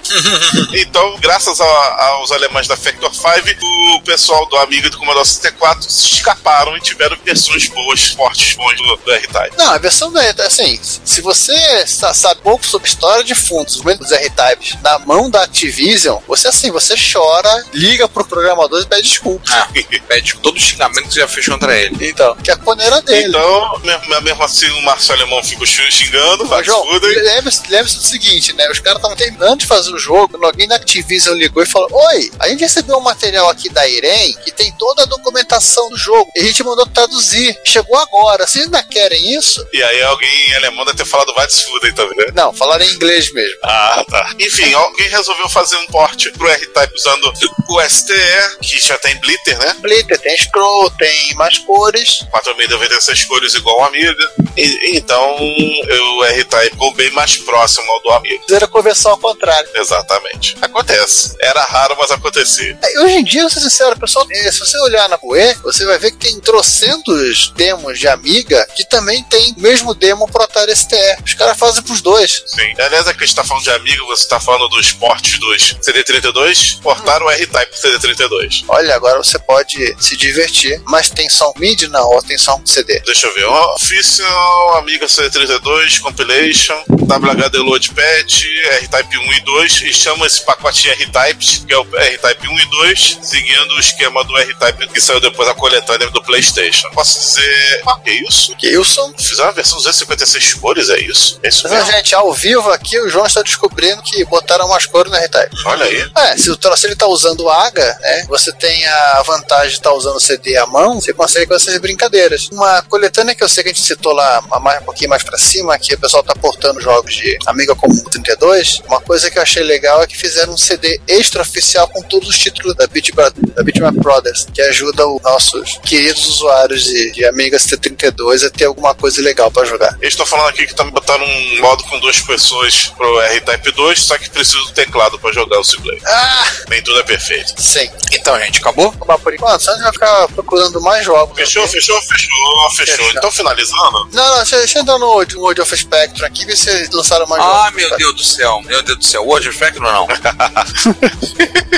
Speaker 2: Então, graças a- aos alemães da Factor 5, o pessoal do Amiga e do Commodore 64 se escaparam e tiveram versões boas, fortes, bons do, do R-Type.
Speaker 3: Não, a versão do R-Type, assim, se você sa- sabe um pouco sobre história de é fundo, desenvolvimento dos R-Types na mão da Activision, você assim, você chora, liga pro programador e pede desculpa.
Speaker 1: Ah, pede todo o xingamento que já fez contra ele.
Speaker 3: Então, que é a poneira dele.
Speaker 2: Então, mesmo, mesmo assim, o Márcio Alemão ficou xing- xingando,
Speaker 3: Ô,
Speaker 2: vai
Speaker 3: João,
Speaker 2: tudo. e-
Speaker 3: lembre-se lembre-se do seguinte, né? Os caras estavam terminando de fazer o jogo, quando alguém da Activision ligou e falou: Oi, a gente recebeu um material aqui da Irem que tem toda a documentação do jogo. E a gente mandou traduzir. Chegou agora. Vocês ainda querem isso?
Speaker 2: E aí alguém em alemão deve ter falado vai desfuda aí também, né?
Speaker 3: Não, falaram em inglês mesmo.
Speaker 2: Ah, tá. Enfim, alguém resolveu fazer um port pro R-Type usando o STE, que já tem Blitter, né?
Speaker 3: Blitter, tem scroll, tem mais cores.
Speaker 2: 4096 cores igual ao Amiga. E- então, o R-Type ficou bem mais próximo ao do Amiga.
Speaker 3: Fizeram a conversão ao contrário.
Speaker 2: Exatamente. Acontece. Era raro, mas acontecia.
Speaker 3: É, Hoje em dia, eu vou ser sincero, pessoal, eh, se você olhar na Bué, você vai ver que tem trocentos demos de Amiga que também tem o mesmo demo pro Atari STE. Os caras fazem pros dois.
Speaker 2: Sim. Aliás, aqui a gente tá falando de Amiga, você tá falando dos portes dos CD32. Portaram o R-Type pro CD32.
Speaker 3: Olha, agora você pode se divertir, mas tem só um MIDI? Não, ou tem só um CD?
Speaker 2: Deixa eu ver. Ó, Official, Amiga CD32, um Compilation, WHD Load Patch, R-Type 1 e 2. E chama esse pacote de R-Type R-Types, que é o R-Type 1 e 2, seguindo o esquema do R-Type que saiu depois da coletânea do PlayStation. Posso dizer. Ah, que isso?
Speaker 3: Gilson.
Speaker 2: Fizeram a versão 256 cores, é isso? É isso
Speaker 3: Mas,
Speaker 2: mesmo?
Speaker 3: um gente, ao vivo aqui, o João está descobrindo que botaram umas cores no R-Type.
Speaker 2: Olha aí.
Speaker 3: É, se o troço ele tá usando AGA, né? Você tem a vantagem de estar usando o CD à mão, você consegue fazer essas brincadeiras. Uma coletânea que eu sei que a gente citou lá a mais, um pouquinho mais pra cima, que o pessoal tá portando jogos de Amiga Comum 32, uma coisa que eu achei legal é que fizeram um CD extraoficial com todos os títulos da Bitmap, da Bitmap Brothers, que ajuda os nossos queridos usuários de, de Amiga C32 a ter alguma coisa legal pra jogar.
Speaker 2: Eles estão falando aqui que também botaram um modo com duas pessoas pro R-Type 2, só que precisa do teclado pra jogar o Siblade.
Speaker 3: Ah,
Speaker 2: Nem tudo é perfeito.
Speaker 3: sim.
Speaker 1: Então, gente, acabou?
Speaker 3: Acabar por enquanto, senão a gente vai ficar procurando mais jogos.
Speaker 2: Fechou,
Speaker 3: ok?
Speaker 2: fechou, fechou, fechou.
Speaker 3: Fechou.
Speaker 2: Então, finalizando,
Speaker 3: Não, não, deixa, deixa eu entrar no World, no World of Spectrum aqui, ver se lançaram mais
Speaker 1: Ah,
Speaker 3: jogos.
Speaker 1: meu Deus do céu, meu Deus do céu, World of Fact ou não?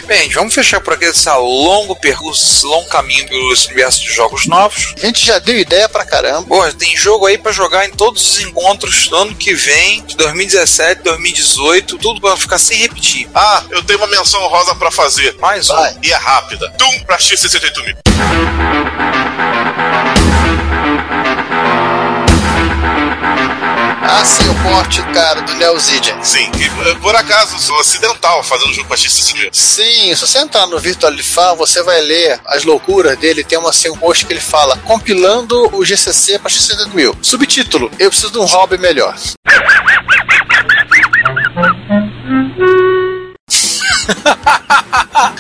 Speaker 1: Bem, vamos fechar por aqui esse longo percurso, longo caminho pelo universo de jogos novos.
Speaker 3: A gente já deu ideia pra caramba.
Speaker 1: Pô, tem jogo aí pra jogar em todos os encontros do ano que vem, de 2017, 2018, tudo pra ficar sem repetir.
Speaker 2: ah, eu tenho uma menção rosa pra fazer.
Speaker 1: Mais um.
Speaker 3: Vai.
Speaker 2: E é rápida. Doom pra X68000.
Speaker 3: Ah, sim, o corte, cara, do Neo Zidian.
Speaker 2: Sim, que, eh, por acaso sou ocidental fazendo jogo pra X68000.
Speaker 3: Sim, se você entrar no Virtualifar, você vai ler as loucuras dele. Tem uma, assim, um post que ele fala compilando o GCC pra X60000. Subtítulo, eu preciso de um hobby melhor.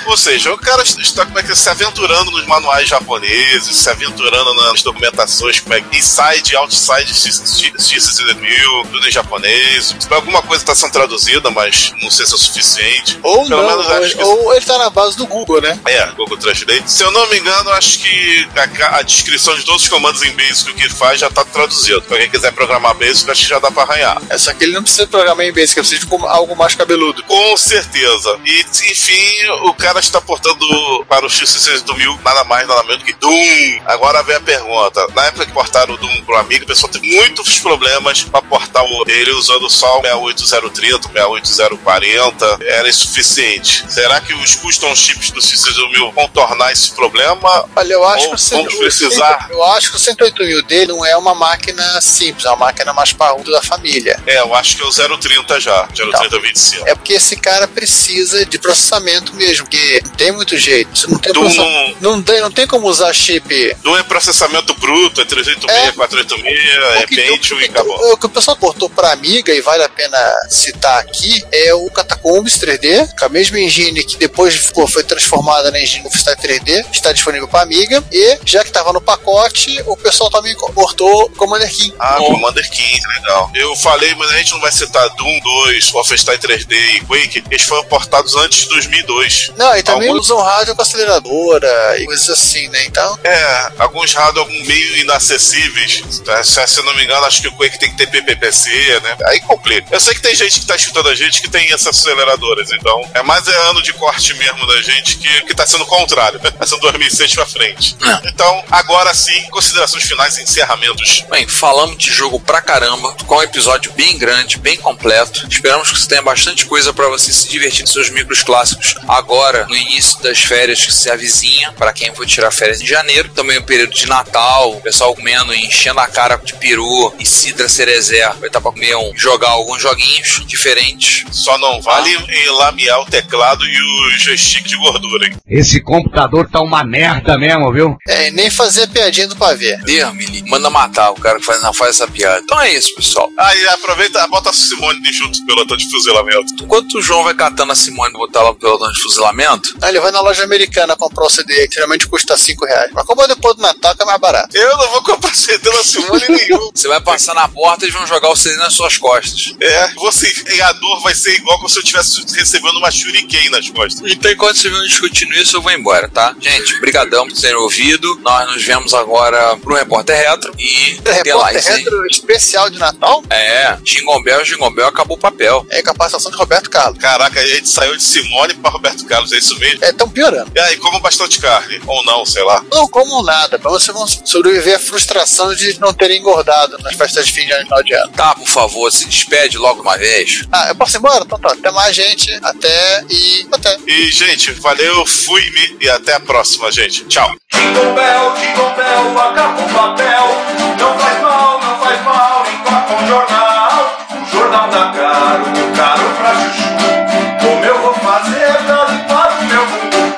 Speaker 2: Ou seja, o cara está como é que, é, se aventurando nos manuais japoneses, se aventurando nas documentações, como é que inside, outside X- X- X68000, tudo em japonês. Alguma coisa está sendo traduzida, mas não sei se é o suficiente.
Speaker 3: Ou
Speaker 2: Pelo
Speaker 3: não,
Speaker 2: menos acho que-
Speaker 3: ou, ou ele tá na base do Google, né?
Speaker 2: É, Google Translate. Se eu não me engano, acho que a, ca- a descrição de todos os comandos em Basic que ele faz já tá traduzido. Pra quem quiser programar Basic, acho que já dá pra arranhar.
Speaker 3: É só que ele não precisa programar em Basic, ele precisa de com- algo mais cabeludo.
Speaker 2: Com certeza. E, enfim, o cara está portando para o X6 do mil nada mais, nada menos que Doom. Agora vem a pergunta. Na época que portaram o Doom pro amigo, o pessoal teve muitos problemas para portar o- ele usando só o 68030, o 68040. Era insuficiente. Será que os custom chips do X6 do mil vão tornar esse problema
Speaker 3: Olha, eu acho
Speaker 2: Bom,
Speaker 3: que o
Speaker 2: vamos
Speaker 3: 100
Speaker 2: precisar.
Speaker 3: Eu acho que o 108 mil dele não é uma máquina simples, é uma máquina mais parruda da família.
Speaker 2: É, eu acho que é o 030 já. 030 25.
Speaker 3: É porque esse cara precisa de processamento mesmo, porque não tem muito jeito. Você não tem
Speaker 2: Do-
Speaker 3: processamento. Não tem, não tem como usar chip.
Speaker 2: Não é processamento bruto, é 386,
Speaker 3: É.
Speaker 2: 486,
Speaker 3: O
Speaker 2: é
Speaker 3: que-
Speaker 2: Pentium
Speaker 3: o-
Speaker 2: e acabou.
Speaker 3: o- O que o pessoal portou pra Amiga, e vale a pena citar aqui, é o Catacombs 3D, com a mesma engine que depois pô, foi transformada na engine Wolfenstein 3D, está disponível pra Amiga, e já que estava no pacote, o pessoal também portou o Commander King.
Speaker 2: Ah, Commander 15, legal. Eu falei, mas a gente não vai citar Doom 2, Wolfenstein 3D e Quake. Eles foram portados antes de 2002.
Speaker 3: Não, e também
Speaker 2: Alguns-
Speaker 3: usam rádio com aceleradora e coisas assim, né? Então,
Speaker 2: É, alguns rádios algum meio inacessíveis. Tá? Se, se eu não me engano, acho que o Quake tem que ter PPPC, né? Aí complica. Eu sei que tem gente que tá escutando a gente que tem essas aceleradoras, então é mais é ano de corte mesmo da gente que, que tá sendo o contrário. Tá sendo 2006 pra frente.
Speaker 3: Ah.
Speaker 2: Então, agora sim, considerações finais e encerramentos.
Speaker 1: Bem, falamos de jogo pra caramba, com um episódio bem grande, bem completo. Esperamos que você tenha bastante coisa pra você se divertir nos seus micros clássicos agora, no início das férias que se avizinha, pra quem for tirar férias em janeiro. Também o período de Natal, o pessoal comendo e enchendo a cara de peru e cidra cerezé. Vai estar pra comer um, jogar alguns joguinhos diferentes.
Speaker 2: Só não vale em lamear o teclado e o joystick de gordura, hein?
Speaker 4: Esse computador tá uma merda mesmo, viu?
Speaker 3: é, e nem fazer a piadinha do pavê.
Speaker 1: Deus me livre. Manda matar o cara que faz, não faz essa piada. Então é isso, pessoal.
Speaker 2: Aí aproveita, bota a Simone junto pelo pelotão de fuzilamento.
Speaker 1: Enquanto o João vai catando a Simone e botar ela no pelotão de fuzilamento,
Speaker 3: Ah, ele vai na loja americana comprar o CD, que geralmente custa 5 reais. Mas como é depois do Natal, que é mais barato.
Speaker 2: Eu não vou comprar CD da Simone nenhum.
Speaker 1: Você vai passar na porta e eles vão jogar o CD nas suas costas.
Speaker 2: É, você, a dor vai ser igual como se eu estivesse recebendo uma shuriken nas costas.
Speaker 1: Então, enquanto vocês vão discutindo isso, eu vou embora, tá? Gente, brigadão por terem ouvido. Nós nos vemos agora pro Repórter Retro e até lá,
Speaker 3: Repórter
Speaker 1: isso aí.
Speaker 3: retro especial de Natal
Speaker 1: É, Jingle Bell, Jingle Bell, acabou o papel.
Speaker 3: é capacitação de Roberto Carlos.
Speaker 2: Caraca, a gente saiu de Simone pra Roberto Carlos, é isso isso mesmo.
Speaker 3: É, estão piorando.
Speaker 2: E aí, comam bastante carne. Ou não, sei lá.
Speaker 3: Não comam nada, pra você não sobreviver à frustração de não ter engordado nas festas de fim de ano e final de ano.
Speaker 1: Tá, por favor, se despede logo uma vez.
Speaker 3: Ah, eu posso ir embora? Então tá. Até mais, gente. Até e até.
Speaker 2: E, gente, valeu, fui-me e até a próxima, gente. Tchau.
Speaker 6: Jingle bell, jingle bell, acabou o papel. Não faz mal, não faz mal, enquanto um jornal. O jornal da caro, caro pra chuchu. Como eu vou fazer, dando para o meu bumbum.